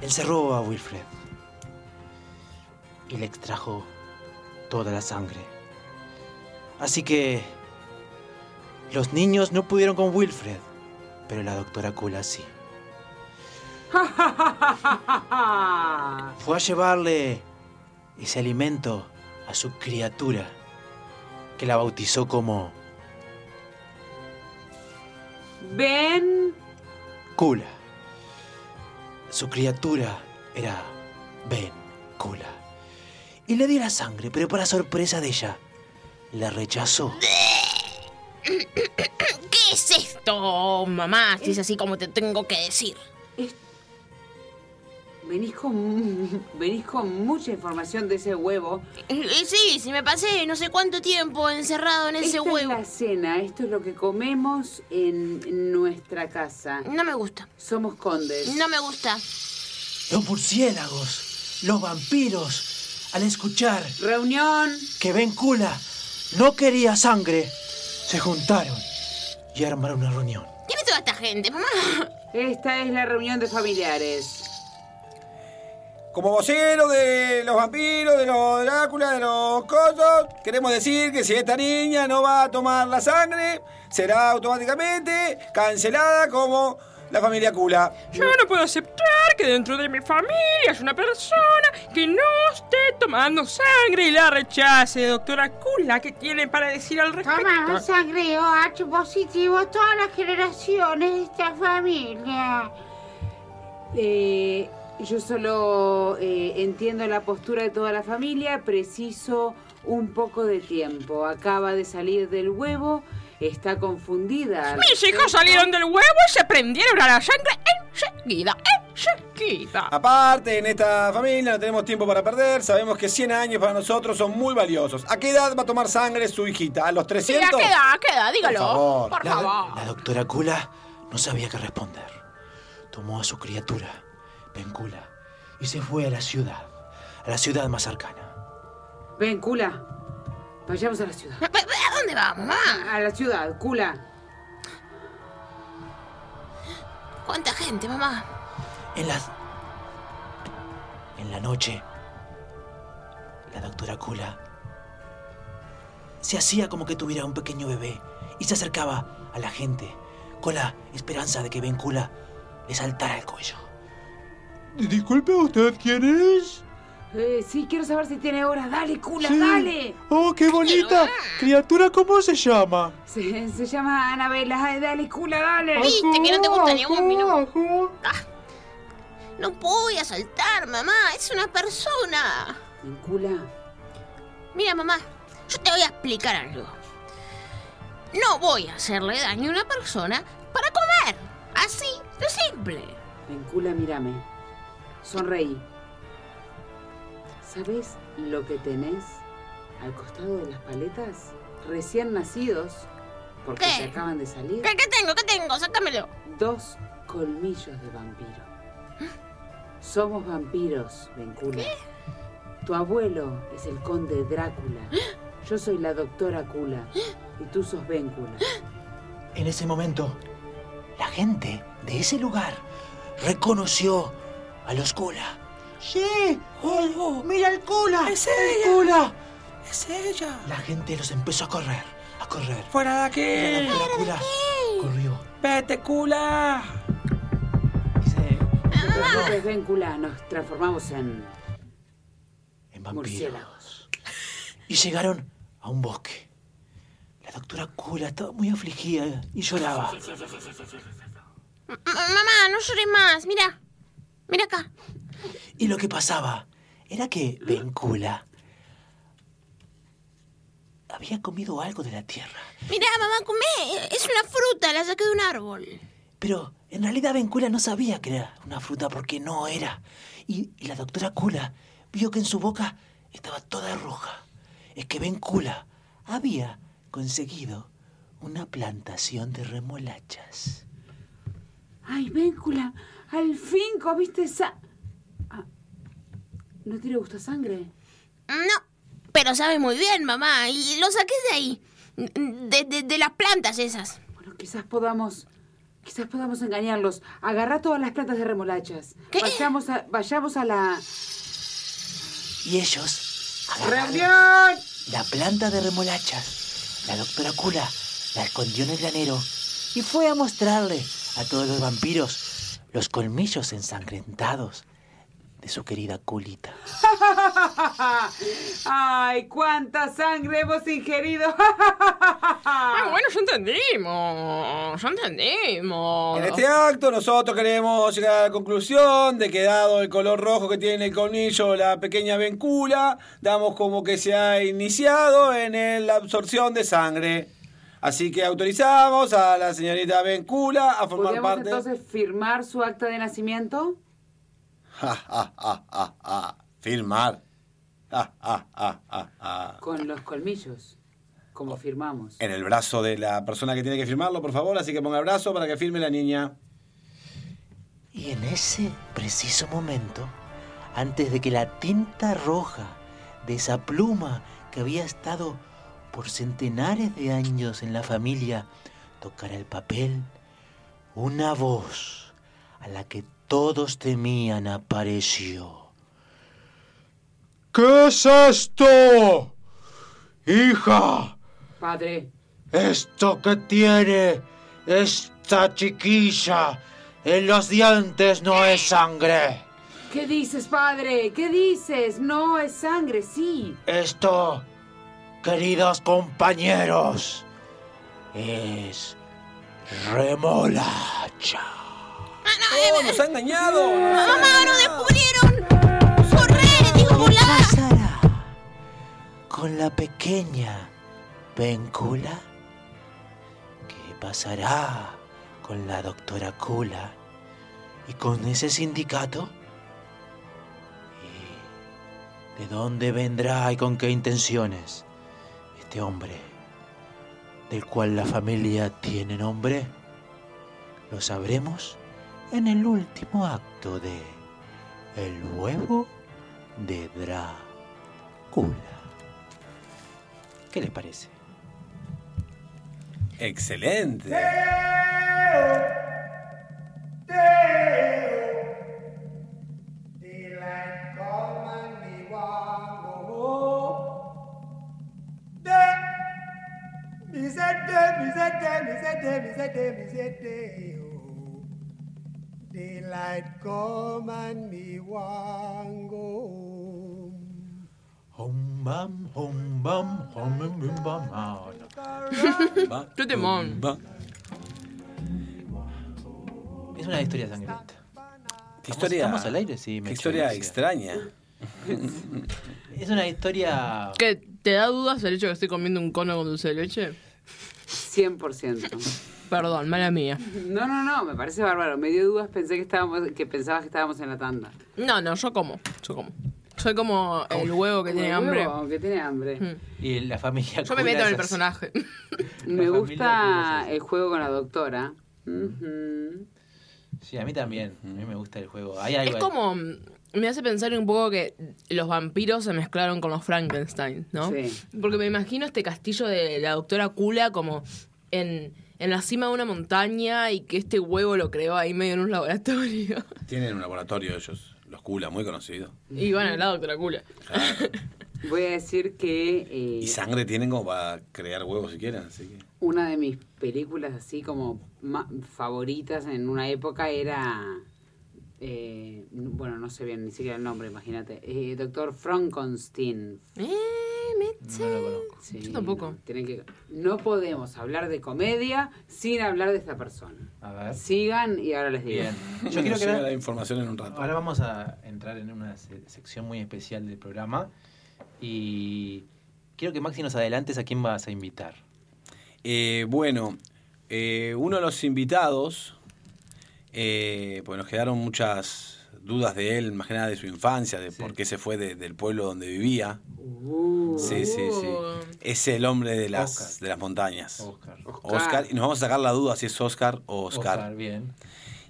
[SPEAKER 6] encerró a Wilfred y le extrajo toda la sangre. Así que los niños no pudieron con Wilfred, pero la doctora Kula sí. Fue a llevarle ese alimento a su criatura que la bautizó como
[SPEAKER 3] <laughs> Ven.
[SPEAKER 6] Kula. Su criatura era Ben Kula. Y le dio la sangre, pero para sorpresa de ella, la rechazó.
[SPEAKER 8] ¿Qué es esto, mamá? Si es así como te tengo que decir.
[SPEAKER 3] Venís con, <laughs> venís con mucha información de ese huevo.
[SPEAKER 8] Y sí, si me pasé no sé cuánto tiempo encerrado en ese
[SPEAKER 3] Esta
[SPEAKER 8] huevo.
[SPEAKER 3] es la cena, esto es lo que comemos en nuestra casa.
[SPEAKER 8] No me gusta.
[SPEAKER 3] Somos condes.
[SPEAKER 8] No me gusta.
[SPEAKER 6] Los murciélagos, los vampiros, al escuchar
[SPEAKER 3] Reunión.
[SPEAKER 6] que Ben Kula no quería sangre, se juntaron y armaron una reunión.
[SPEAKER 8] ¿Quién es toda esta gente, mamá?
[SPEAKER 3] Esta es la reunión de familiares.
[SPEAKER 5] Como vocero de los vampiros, de los Drácula, de los cosos, queremos decir que si esta niña no va a tomar la sangre, será automáticamente cancelada como la familia Cula.
[SPEAKER 10] Yo no puedo aceptar que dentro de mi familia es una persona que no esté tomando sangre y la rechace, doctora Kula. ¿Qué tiene para decir al respecto?
[SPEAKER 11] Tomamos sangre OH positivo todas las generaciones de esta familia.
[SPEAKER 3] Eh, yo solo eh, entiendo la postura de toda la familia. Preciso un poco de tiempo. Acaba de salir del huevo. Está confundida. al
[SPEAKER 10] Mis hijos
[SPEAKER 3] respecto.
[SPEAKER 10] salieron del huevo y se prendieron a la sangre enseguida, enseguida.
[SPEAKER 5] Ah, Aparte, en esta familia no tenemos tiempo para perder. Sabemos que 100 años para nosotros son muy valiosos. ¿A qué edad va a tomar sangre su hijita? ¿A los
[SPEAKER 8] Sí,
[SPEAKER 5] 300?
[SPEAKER 8] queda, queda, dígalo.
[SPEAKER 5] favor,
[SPEAKER 8] Por
[SPEAKER 6] La,
[SPEAKER 8] favor.
[SPEAKER 6] la doctora Kula no sabía qué responder. Tomó a su criatura, Ben Kula, y se fue a la ciudad, a la ciudad más cercana.
[SPEAKER 3] Ven, Kula. Vayamos a la ciudad.
[SPEAKER 8] ¿A- a- ¿A dónde vamos, mamá?
[SPEAKER 3] A la ciudad, Kula.
[SPEAKER 8] ¿Cuánta gente, mamá?
[SPEAKER 6] En las. En la noche, la doctora Kula se hacía como que tuviera un pequeño bebé y se acercaba a la gente con la esperanza de que Ben Kula le saltara el cuello.
[SPEAKER 5] Disculpe, ¿usted quién es?
[SPEAKER 3] Eh, sí, quiero saber si tiene hora. Dale, Kula, dale.
[SPEAKER 5] ¡Oh, qué bonita! Criatura, ¿cómo se llama?
[SPEAKER 3] Se, se llama Anabela. Ay, Dale, Kula, dale.
[SPEAKER 8] Viste que no te gusta ni un minuto. No voy a saltar, mamá. Es una persona.
[SPEAKER 3] Ven, Kula.
[SPEAKER 8] Mira, mamá, yo te voy a explicar algo. No voy a hacerle daño a una persona para comer. Así de simple.
[SPEAKER 3] Ven, Kula, mírame. Sonreí. ¿Sabes lo que tenés al costado de las paletas? Recién nacidos, porque
[SPEAKER 8] ¿Qué?
[SPEAKER 3] se acaban de salir,
[SPEAKER 8] ¿Qué, qué tengo? ¿Qué tengo? Sácamelo.
[SPEAKER 3] dos colmillos de vampiro. Somos vampiros, Bencula. Tu abuelo es el conde Drácula. Yo soy la doctora Kula. Y tú sos Bencula.
[SPEAKER 6] En ese momento, la gente de ese lugar reconoció a los Kula. ¡Sí! ¡Oh, mira el Kula! ¡Es ella!
[SPEAKER 5] Es ella.
[SPEAKER 6] La gente los empezó a correr, a correr.
[SPEAKER 5] ¡Fuera de
[SPEAKER 6] La
[SPEAKER 5] aquí!
[SPEAKER 6] doctora Kula corrió
[SPEAKER 5] ¡Vete, Cula!
[SPEAKER 6] y se
[SPEAKER 8] Ah.
[SPEAKER 3] Entonces, Bencula, nos transformamos en
[SPEAKER 6] en vampiros.
[SPEAKER 3] Murciélagos.
[SPEAKER 6] Y llegaron a un bosque. La doctora Kula estaba muy afligida y lloraba.
[SPEAKER 8] M- mamá, no llores más. Mira. Mira acá.
[SPEAKER 6] Y lo que pasaba era que Ben Kula había comido algo de la tierra.
[SPEAKER 8] Mira, mamá, comé. Es una fruta, la saqué de un árbol.
[SPEAKER 6] Pero en realidad Ben Kula no sabía que era una fruta porque no era. Y, y la doctora Kula vio que en su boca estaba toda roja. Es que Ben Kula había conseguido una plantación de remolachas.
[SPEAKER 3] Ay, Véncula, al fin comiste esa... Ah, ¿No tiene gusto a sangre?
[SPEAKER 8] No, pero sabes muy bien, mamá. Y lo saqué de ahí. De, de- de las plantas esas.
[SPEAKER 3] Bueno, quizás podamos... Quizás podamos engañarlos. Agarrá todas las plantas de remolachas.
[SPEAKER 8] ¿Qué?
[SPEAKER 3] Vayamos a, vayamos a la... <laughs>
[SPEAKER 6] Y ellos agarraron
[SPEAKER 11] ¡Reunión!
[SPEAKER 6] la planta de remolachas. La doctora Kula la escondió en el granero y fue a mostrarle a todos los vampiros los colmillos ensangrentados de su querida Kulita.
[SPEAKER 3] ¡Ay, cuánta sangre hemos ingerido!
[SPEAKER 10] Ah, bueno, ya entendimos, ya entendimos.
[SPEAKER 5] En este acto nosotros queremos llegar a la conclusión de que dado el color rojo que tiene el colmillo la pequeña vencula, damos como que se ha iniciado en el- la absorción de sangre. Así que autorizamos a la señorita vencula a formar
[SPEAKER 3] ¿Podríamos
[SPEAKER 5] parte...
[SPEAKER 3] entonces firmar su acta de nacimiento?
[SPEAKER 5] <laughs> Ja, ja, ja, ja, ja. Firmar. Ja, ja, ja, ja, ja.
[SPEAKER 3] Con los colmillos, como firmamos.
[SPEAKER 5] En el brazo de la persona que tiene que firmarlo, por favor, así que ponga el brazo para que firme la niña.
[SPEAKER 6] Y en ese preciso momento, antes de que la tinta roja de esa pluma que había estado por centenares de años en la familia tocara el papel, una voz a la que todos temían apareció.
[SPEAKER 12] ¿Qué es esto? Hija,
[SPEAKER 3] Padre,
[SPEAKER 12] esto que tiene esta chiquilla en los dientes no es sangre.
[SPEAKER 3] ¿qué dices, padre? ¿Qué dices? No es sangre, sí.
[SPEAKER 12] Esto, queridos compañeros, es remolacha.
[SPEAKER 5] ¡Oh, nos ha engañado!
[SPEAKER 4] <laughs>
[SPEAKER 8] ¡Mamá, nos descubrieron! ¡Corre! ¡Digo,
[SPEAKER 6] ¿Qué
[SPEAKER 8] volá!
[SPEAKER 6] pasará con la pequeña Bencula? ¿Qué pasará con la doctora Kula y con ese sindicato? ¿Y de dónde vendrá y con qué intenciones este hombre del cual la familia tiene nombre? Lo sabremos en el último acto de El huevo de Drácula. ¿Qué les parece?
[SPEAKER 5] ¡Excelente!
[SPEAKER 12] Daylight come and me want go home.
[SPEAKER 6] Hum, bam, hum, bam, hum, bum, bum, bam, ah, no.
[SPEAKER 5] Va,
[SPEAKER 4] Qué temón.
[SPEAKER 5] va.
[SPEAKER 6] Es una historia sangrienta.
[SPEAKER 5] ¿Qué historia?
[SPEAKER 6] ¿Estamos al aire? Sí, me
[SPEAKER 5] Qué
[SPEAKER 6] echó
[SPEAKER 5] historia
[SPEAKER 6] gracia.
[SPEAKER 5] extraña.
[SPEAKER 6] Es una historia.
[SPEAKER 4] ¿Qué, ¿Te da dudas el hecho de que estoy comiendo un cono con dulce de leche?
[SPEAKER 3] 100%.
[SPEAKER 4] Perdón, mala mía.
[SPEAKER 3] No, no, no, me parece bárbaro. Me dio dudas, pensé que estábamos, que pensabas que estábamos en la tanda.
[SPEAKER 4] No, no, yo como, yo como. Soy como el huevo Oh, que
[SPEAKER 3] Como
[SPEAKER 4] tiene
[SPEAKER 3] el
[SPEAKER 4] hambre. Mm.
[SPEAKER 3] huevo, que tiene hambre.
[SPEAKER 6] Y la familia.
[SPEAKER 4] Yo
[SPEAKER 6] Kula
[SPEAKER 4] me meto
[SPEAKER 6] es
[SPEAKER 4] en el
[SPEAKER 6] así.
[SPEAKER 4] personaje.
[SPEAKER 3] Me
[SPEAKER 6] familia
[SPEAKER 3] gusta
[SPEAKER 6] curiosa.
[SPEAKER 3] el juego con la doctora. Ujú.
[SPEAKER 6] Sí, a mí también. A mí me gusta el juego. Hay algo
[SPEAKER 4] Es
[SPEAKER 6] ahí.
[SPEAKER 4] como... Me hace pensar un poco que los vampiros se mezclaron con los Frankenstein, ¿no?
[SPEAKER 3] Sí.
[SPEAKER 4] Porque me imagino este castillo de la doctora Kula como en, en la cima de una montaña y que este huevo lo creó ahí medio en un laboratorio.
[SPEAKER 5] Tienen un laboratorio ellos, los Kula, muy conocidos.
[SPEAKER 4] Y bueno, la doctora Kula.
[SPEAKER 6] <laughs>
[SPEAKER 3] Voy a decir que eh,
[SPEAKER 5] Y sangre tienen como para crear huevos si quieren, así que.
[SPEAKER 3] una de mis películas así como ma- favoritas en una época era eh, bueno, no sé bien ni siquiera el nombre, imagínate, eh, doctor Frankenstein.
[SPEAKER 2] No lo conozco.
[SPEAKER 3] Eh, Sí,
[SPEAKER 4] Yo tampoco.
[SPEAKER 3] No, tienen que- no podemos hablar de comedia sin hablar de esta persona.
[SPEAKER 2] A ver.
[SPEAKER 3] Sigan y ahora les digo.
[SPEAKER 2] Bien.
[SPEAKER 5] Yo
[SPEAKER 2] Yo quiero
[SPEAKER 5] <laughs>
[SPEAKER 2] que
[SPEAKER 5] llega
[SPEAKER 2] ahora-
[SPEAKER 5] la información en un rato.
[SPEAKER 2] ahora vamos a entrar en una se- sección muy especial del programa y quiero que Maxi nos adelantes a quién vas a invitar.
[SPEAKER 5] Eh, bueno, eh, uno de los invitados, eh, pues nos quedaron muchas dudas de él, más que nada de su infancia, de por qué se fue de- del pueblo donde vivía.
[SPEAKER 3] Uh,
[SPEAKER 6] Uh.
[SPEAKER 5] Sí, sí, sí. Es el hombre de las,
[SPEAKER 2] Oscar.
[SPEAKER 5] de las montañas.
[SPEAKER 2] Oscar.
[SPEAKER 5] Oscar. Y nos vamos a sacar la duda si es Oscar o Oscar.
[SPEAKER 2] Oscar, bien.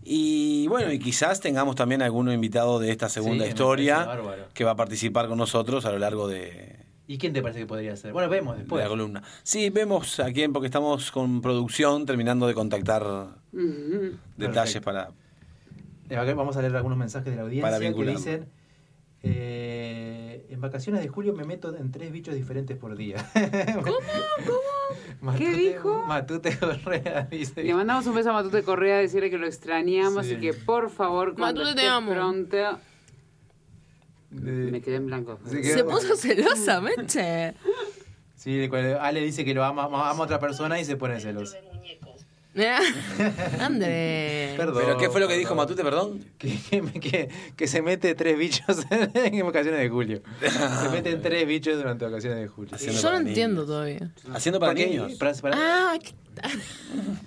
[SPEAKER 5] Y bueno, y quizás tengamos también alguno invitado de esta segunda
[SPEAKER 2] Sí, me
[SPEAKER 5] historia
[SPEAKER 2] parece bárbaro.
[SPEAKER 5] que va a participar con nosotros a lo largo de,
[SPEAKER 2] ¿Y quién te parece que podría ser? Bueno, vemos
[SPEAKER 5] de
[SPEAKER 2] después.
[SPEAKER 5] la columna. Sí, vemos a quién, porque estamos con producción terminando de contactar
[SPEAKER 3] Ujú.
[SPEAKER 5] detalles para.
[SPEAKER 2] Eh, acá Vamos a leer algunos mensajes de la
[SPEAKER 5] Para
[SPEAKER 2] audiencia que
[SPEAKER 5] vincularlo.
[SPEAKER 2] dicen. eh, en vacaciones de julio me meto en tres bichos diferentes por día. <laughs> ¿Cómo? ¿Cómo?
[SPEAKER 3] ¿Qué dijo?
[SPEAKER 2] Matute Correa <laughs> dice.
[SPEAKER 3] Le mandamos un beso a Matute Correa, decirle que lo extrañamos
[SPEAKER 2] Sí.
[SPEAKER 3] y que por favor, cuando
[SPEAKER 4] Matute, te
[SPEAKER 3] estés
[SPEAKER 4] amo.
[SPEAKER 3] pronto...
[SPEAKER 2] Eh,
[SPEAKER 3] Me quedé en blanco.
[SPEAKER 2] Sí, que-
[SPEAKER 4] Se puso celosa, Meche.
[SPEAKER 2] Sí, le- cuando Ale dice que lo ama, ama a otra persona y se pone celos.
[SPEAKER 4] Eh, André.
[SPEAKER 2] Perdón.
[SPEAKER 5] ¿Pero qué fue lo que dijo
[SPEAKER 2] perdón.
[SPEAKER 5] Matute, perdón?
[SPEAKER 2] Que, que- que- que se mete tres bichos <laughs> en vacaciones de julio. Se meten tres bichos durante vacaciones de julio.
[SPEAKER 5] Haciendo
[SPEAKER 4] Yo no
[SPEAKER 5] para
[SPEAKER 4] entiendo
[SPEAKER 5] niños.
[SPEAKER 4] todavía.
[SPEAKER 5] Haciendo para
[SPEAKER 2] Porque-
[SPEAKER 5] niños.
[SPEAKER 2] para- para-
[SPEAKER 4] Ah, que-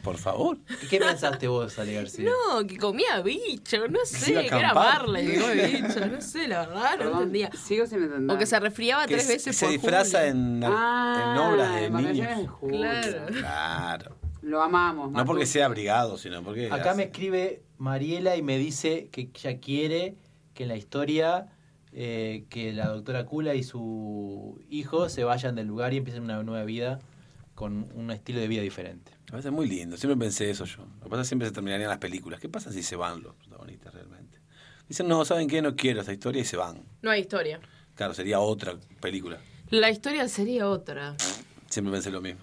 [SPEAKER 5] Por favor.
[SPEAKER 2] ¿Qué pensaste vos, Ale García?
[SPEAKER 4] no, que comía bicho, no sé,
[SPEAKER 5] iba a
[SPEAKER 4] que era
[SPEAKER 5] acampar.
[SPEAKER 4] Barley, que come bicho, no sé, la verdad, no
[SPEAKER 3] Perdón,
[SPEAKER 4] entendía.
[SPEAKER 3] sigo sin entender.
[SPEAKER 4] O que se resfriaba
[SPEAKER 5] Que
[SPEAKER 4] Ah, tres
[SPEAKER 5] se-
[SPEAKER 4] veces
[SPEAKER 5] se
[SPEAKER 4] por
[SPEAKER 5] disfraza
[SPEAKER 4] julio.
[SPEAKER 5] en,
[SPEAKER 3] Ah,
[SPEAKER 5] en obras de
[SPEAKER 3] en vacaciones de
[SPEAKER 5] niños.
[SPEAKER 3] julio.
[SPEAKER 4] Claro.
[SPEAKER 5] Claro.
[SPEAKER 3] Lo amamos.
[SPEAKER 5] No porque
[SPEAKER 3] Matute.
[SPEAKER 5] sea abrigado, sino porque.
[SPEAKER 2] Acá
[SPEAKER 5] hace-
[SPEAKER 2] me escribe Mariela y me dice que ella quiere que en la historia eh, que la doctora Kula y su hijo se vayan del lugar y empiecen una nueva vida con un estilo de vida diferente.
[SPEAKER 5] Me parece muy lindo. Siempre pensé eso yo. Lo que pasa es que siempre se terminarían las películas. ¿Qué pasa si se van los protagonistas realmente? Dicen, no, ¿saben qué? No quiero esta historia y se van.
[SPEAKER 4] No hay historia.
[SPEAKER 5] Claro, sería otra película.
[SPEAKER 4] La historia sería otra.
[SPEAKER 5] Siempre pensé lo mismo.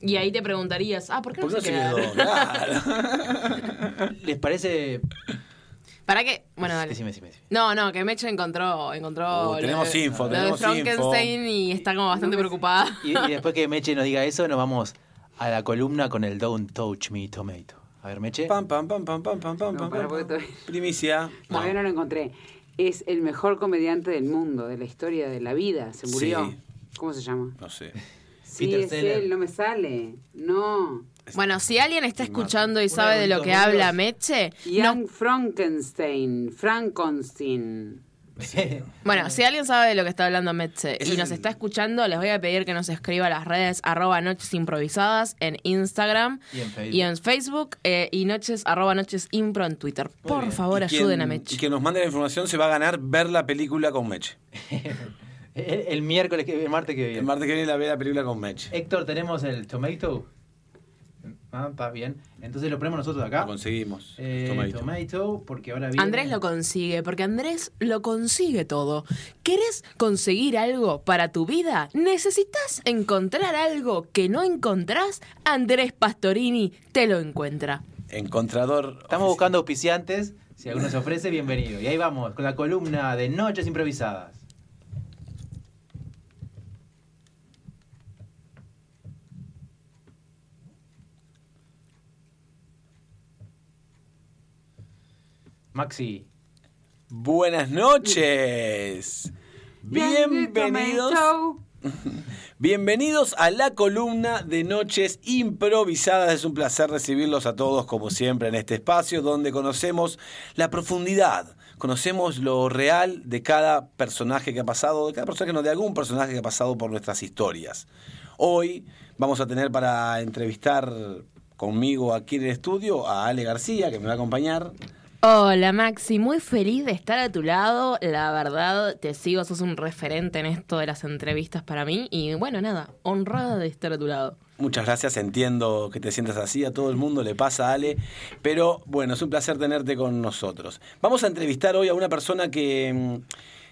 [SPEAKER 4] Y ahí te preguntarías, ah, ¿por qué no
[SPEAKER 5] ¿Por qué no se
[SPEAKER 4] se
[SPEAKER 5] quedó?
[SPEAKER 4] quedaron?
[SPEAKER 3] <laughs>
[SPEAKER 5] Claro.
[SPEAKER 2] ¿Les <laughs>
[SPEAKER 6] Eh,
[SPEAKER 2] parece?
[SPEAKER 4] <laughs> ¿Para qué?
[SPEAKER 6] pues,
[SPEAKER 4] Bueno, dale.
[SPEAKER 2] Decime, decime, decime.
[SPEAKER 4] No, no, que Meche encontró, encontró.
[SPEAKER 5] Uh,
[SPEAKER 4] lo
[SPEAKER 5] tenemos
[SPEAKER 4] de-
[SPEAKER 5] info,
[SPEAKER 4] lo
[SPEAKER 5] tenemos
[SPEAKER 4] de Frankenstein y está como bastante
[SPEAKER 5] <laughs>
[SPEAKER 4] preocupada.
[SPEAKER 2] Y, y después que Meche nos diga eso, nos vamos a la columna con el Don't Touch Me Tomato. A ver, Meche.
[SPEAKER 5] Pam, pam, pam, pam, pam, pam, pam,
[SPEAKER 3] No,
[SPEAKER 5] pam,
[SPEAKER 3] para,
[SPEAKER 5] pam,
[SPEAKER 3] porque
[SPEAKER 5] pam.
[SPEAKER 3] todavía- <laughs>
[SPEAKER 5] Primicia.
[SPEAKER 3] Todavía no lo encontré. Es el mejor comediante del mundo, de la historia, de la vida. Se murió.
[SPEAKER 5] Sí.
[SPEAKER 3] ¿Cómo se llama?
[SPEAKER 5] No sé.
[SPEAKER 3] Sí,
[SPEAKER 2] Peter
[SPEAKER 3] es
[SPEAKER 2] Seller.
[SPEAKER 3] él, no me sale. No.
[SPEAKER 4] Bueno, si alguien está escuchando y sabe de lo que
[SPEAKER 2] Una de
[SPEAKER 4] habla
[SPEAKER 2] dos
[SPEAKER 4] Meche, no-
[SPEAKER 3] Ian Frankenstein. Frankenstein.
[SPEAKER 4] bueno, si alguien sabe de lo que está hablando Meche
[SPEAKER 5] Ese
[SPEAKER 4] y
[SPEAKER 5] es
[SPEAKER 4] nos
[SPEAKER 2] Em.
[SPEAKER 5] el-
[SPEAKER 4] está escuchando, les voy a pedir que nos escriba a las redes arroba noches improvisadas en Instagram
[SPEAKER 2] Y en Facebook.
[SPEAKER 4] y en Facebook eh, y noches arroba noches impro en Twitter. Por
[SPEAKER 2] bien.
[SPEAKER 4] favor,
[SPEAKER 5] Y quien-
[SPEAKER 4] ayuden a
[SPEAKER 5] Y
[SPEAKER 4] Meche.
[SPEAKER 5] quien nos mande la información se va a ganar ver la película con Meche.
[SPEAKER 2] el, el miércoles, que- el martes que viene.
[SPEAKER 5] El martes que viene la ve la película con Meche.
[SPEAKER 2] Héctor, tenemos el Tomato. Ah, está bien. Entonces lo ponemos nosotros acá.
[SPEAKER 5] Lo conseguimos.
[SPEAKER 2] Ah. Eh,
[SPEAKER 5] Tomadito.
[SPEAKER 2] tomato. porque ahora viene...
[SPEAKER 4] Andrés lo consigue, porque Andrés lo consigue todo. ¿Querés conseguir algo para tu vida? ¿Necesitas encontrar algo que no encontrás? Andrés Pastorini te lo encuentra.
[SPEAKER 5] Encontrador.
[SPEAKER 2] Estamos
[SPEAKER 5] oficial.
[SPEAKER 2] buscando auspiciantes. Si alguno se ofrece, bienvenido. Y ahí vamos, con la columna de Noches Improvisadas. Maxi.
[SPEAKER 5] Buenas noches. Bienvenidos. Bienvenidos a la columna de Noches Improvisadas. Es un placer recibirlos a todos, como siempre, en este espacio donde conocemos la profundidad, conocemos lo real de cada personaje que ha pasado, de cada personaje, no, de algún personaje que ha pasado por nuestras historias. Hoy vamos a tener para entrevistar conmigo aquí en el estudio a Ale García, que me va a acompañar.
[SPEAKER 4] Hola Maxi, muy feliz de estar a tu lado. La verdad, te sigo, sos un referente en esto de las entrevistas para mí. Y bueno, nada, honrada de estar a tu lado.
[SPEAKER 5] Muchas gracias, entiendo que te sientas así, a todo el mundo le pasa, Ale, pero bueno, es un placer tenerte con nosotros. Vamos a entrevistar hoy a una persona que mm,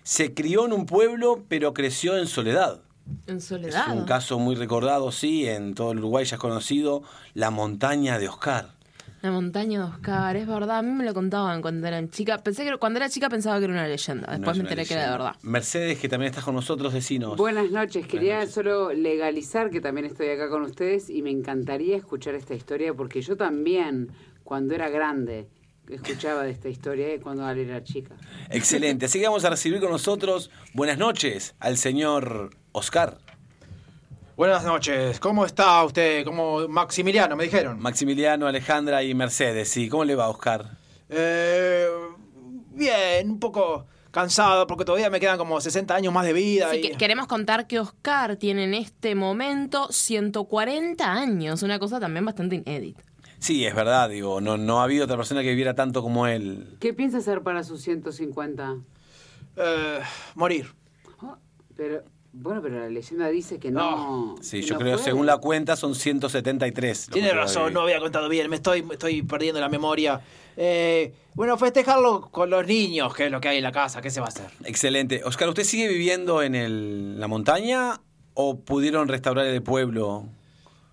[SPEAKER 5] se crió en un pueblo, pero creció en soledad.
[SPEAKER 4] En
[SPEAKER 5] Es
[SPEAKER 4] soledad.
[SPEAKER 5] un caso muy recordado, sí, en todo el Uruguay ya es conocido, la montaña de Oscar.
[SPEAKER 4] La montaña de Oscar, es verdad. A mí me lo contaban cuando era chica. Pensé que cuando era chica pensaba que era una leyenda. Después me enteré que era de verdad.
[SPEAKER 5] Mercedes, que también estás con nosotros, vecinos.
[SPEAKER 4] <laughs>
[SPEAKER 3] Buenas noches, quería solo legalizar que también estoy acá con ustedes y me encantaría escuchar esta historia porque yo también, cuando era grande, escuchaba de esta historia eh, cuando Ale era chica.
[SPEAKER 5] Excelente. Así que vamos a recibir con nosotros, buenas noches, al señor Oscar.
[SPEAKER 2] Buenas noches, ¿cómo está usted? Como Maximiliano, me dijeron.
[SPEAKER 5] Maximiliano, Alejandra y Mercedes, sí. ¿Cómo le va, Oscar?
[SPEAKER 2] Eh, bien, un poco cansado porque todavía me quedan como 60 años más de vida.
[SPEAKER 4] Así
[SPEAKER 2] y-
[SPEAKER 4] que queremos contar que Oscar tiene en este momento 140 años, una cosa también bastante inédita.
[SPEAKER 5] Sí, es verdad, digo, no, no ha habido otra persona que viviera tanto como él.
[SPEAKER 3] ¿Qué piensa hacer para sus 150?
[SPEAKER 2] eh, morir.
[SPEAKER 3] Ah, Pero, bueno, pero la leyenda dice que no.
[SPEAKER 5] Sí,
[SPEAKER 3] que
[SPEAKER 5] yo
[SPEAKER 3] no
[SPEAKER 5] creo,
[SPEAKER 3] puede.
[SPEAKER 5] según la cuenta, son 173. lo
[SPEAKER 2] Tiene
[SPEAKER 5] que va a
[SPEAKER 2] razón,
[SPEAKER 5] vivir.
[SPEAKER 2] no había contado bien, me estoy, me estoy perdiendo la memoria. Eh, bueno, festejarlo con los niños, que es lo que hay en la casa, ¿qué se va a hacer?
[SPEAKER 5] Excelente. Oscar, ¿usted sigue viviendo en el- la montaña o pudieron restaurar el pueblo?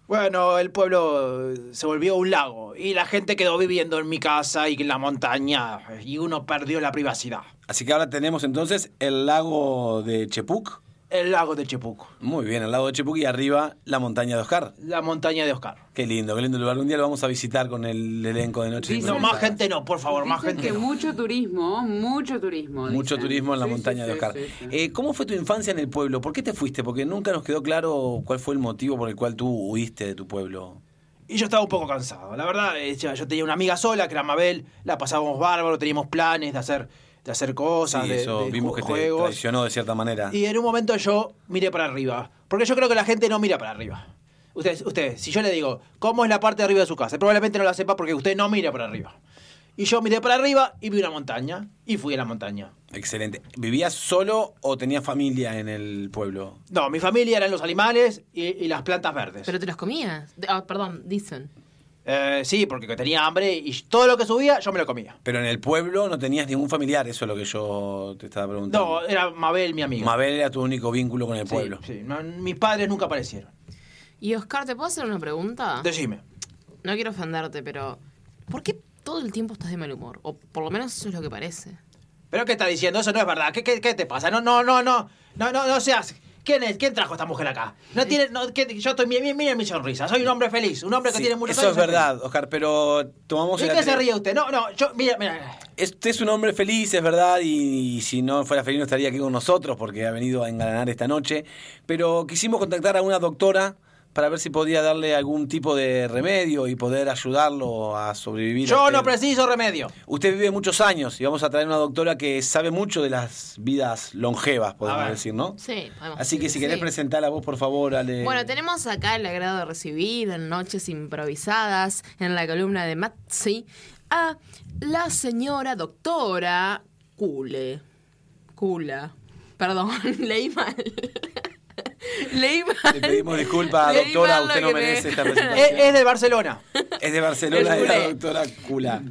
[SPEAKER 2] Bueno, el pueblo eh, se volvió un lago y la gente quedó viviendo en mi casa y en la montaña y uno perdió la privacidad.
[SPEAKER 5] Así que ahora tenemos entonces el lago de Chepuc.
[SPEAKER 2] El lago de Chepuc.
[SPEAKER 5] Muy bien, el lago de Chepuc y arriba la montaña de Oscar.
[SPEAKER 2] La montaña de Oscar.
[SPEAKER 5] Qué lindo, qué lindo lugar. Un día lo vamos a visitar con el elenco de Noche.
[SPEAKER 2] No, más gente no, por favor, más
[SPEAKER 3] Dicen
[SPEAKER 2] gente
[SPEAKER 3] que
[SPEAKER 2] no.
[SPEAKER 3] mucho turismo, mucho turismo.
[SPEAKER 5] Mucho
[SPEAKER 3] dicen.
[SPEAKER 5] turismo en la
[SPEAKER 3] Sí, sí,
[SPEAKER 5] montaña de
[SPEAKER 3] sí,
[SPEAKER 5] Oscar.
[SPEAKER 3] sí, sí.
[SPEAKER 5] Eh, ¿Cómo fue tu infancia en el pueblo? ¿Por qué te fuiste? Porque nunca nos quedó claro cuál fue el motivo por el cual tú huiste de tu pueblo.
[SPEAKER 2] Y yo estaba un poco cansado. La verdad, eh, ya- yo tenía una amiga sola, que era Mabel, la pasábamos bárbaro, teníamos planes de hacer, de hacer cosas,
[SPEAKER 5] Sí,
[SPEAKER 2] de,
[SPEAKER 5] eso
[SPEAKER 2] de
[SPEAKER 5] vimos que
[SPEAKER 2] ju-
[SPEAKER 5] te
[SPEAKER 2] juegos.
[SPEAKER 5] traicionó de cierta manera.
[SPEAKER 2] Y en un momento yo miré para arriba. Porque yo creo que la gente no mira para arriba. Usted, usted, si yo le digo, ¿cómo es la parte de arriba de su casa? Probablemente no la sepa porque usted no mira para arriba. Y yo miré para arriba y vi una montaña. Y fui a la montaña.
[SPEAKER 5] Excelente. ¿Vivías solo o tenías familia en el pueblo?
[SPEAKER 2] No, mi familia eran los animales y, y las plantas verdes.
[SPEAKER 4] ¿Pero te los comías? De- ah, perdón, dicen.
[SPEAKER 2] Eh, sí, porque tenía hambre y todo lo que subía yo me lo comía.
[SPEAKER 5] Pero en el pueblo no tenías ningún familiar, eso es lo que yo te estaba preguntando.
[SPEAKER 2] No, era Mabel mi amiga.
[SPEAKER 5] Mabel era tu único vínculo con el
[SPEAKER 2] Sí,
[SPEAKER 5] pueblo.
[SPEAKER 2] sí. No, mis padres nunca aparecieron.
[SPEAKER 4] Y Oscar, ¿te puedo hacer una
[SPEAKER 5] Ah.
[SPEAKER 4] pregunta?
[SPEAKER 2] Decime.
[SPEAKER 4] No quiero ofenderte, pero ¿por qué todo el tiempo estás de mal humor? O por lo menos eso es lo que parece.
[SPEAKER 2] ¿Pero qué está diciendo? Eso no es verdad. ¿Qué, qué- qué te pasa? No, no, no, no. No, no, no seas. ¿Quién es? ¿Quién trajo a esta mujer acá?
[SPEAKER 5] Eh.
[SPEAKER 2] No tiene. no, que- yo estoy. Miren, miren mi sonrisa. Soy un hombre feliz. Un hombre que
[SPEAKER 5] Sí,
[SPEAKER 2] tiene muchos
[SPEAKER 5] eso es
[SPEAKER 2] años.
[SPEAKER 5] verdad, Oscar, pero tomamos
[SPEAKER 2] ¿De
[SPEAKER 5] el
[SPEAKER 2] qué se
[SPEAKER 5] atreve-
[SPEAKER 2] ríe usted? No, no, yo. Mira, mira.
[SPEAKER 5] Este es un hombre feliz, es verdad, y, y si no fuera feliz no estaría aquí con nosotros porque ha venido a engalanar esta noche. Pero quisimos contactar a una doctora para ver si podía darle algún tipo de remedio y poder ayudarlo a sobrevivir. a
[SPEAKER 2] Yo no
[SPEAKER 5] este-
[SPEAKER 2] preciso remedio.
[SPEAKER 5] Usted vive muchos años y vamos a traer una doctora que sabe mucho de las vidas longevas, podemos
[SPEAKER 2] ver.
[SPEAKER 5] decir, ¿no?
[SPEAKER 4] Sí, podemos
[SPEAKER 5] Así que
[SPEAKER 4] decir
[SPEAKER 5] si querés
[SPEAKER 4] sí.
[SPEAKER 5] presentar a vos, por favor, Ale.
[SPEAKER 4] Bueno, tenemos acá el agrado de recibir en Noches Improvisadas, en la columna de Matzi, a la señora doctora Cule. Cula. Perdón, <laughs> leí mal. leí mal.
[SPEAKER 5] Le pedimos disculpas,
[SPEAKER 4] Leí
[SPEAKER 5] doctora,
[SPEAKER 4] mal lo
[SPEAKER 5] usted no
[SPEAKER 4] que me-
[SPEAKER 5] merece
[SPEAKER 4] <laughs>
[SPEAKER 5] esta
[SPEAKER 2] <laughs> Es,
[SPEAKER 5] presentación.
[SPEAKER 2] es de Barcelona.
[SPEAKER 5] es de Barcelona,
[SPEAKER 4] El
[SPEAKER 5] es la
[SPEAKER 4] culé.
[SPEAKER 5] doctora Cula.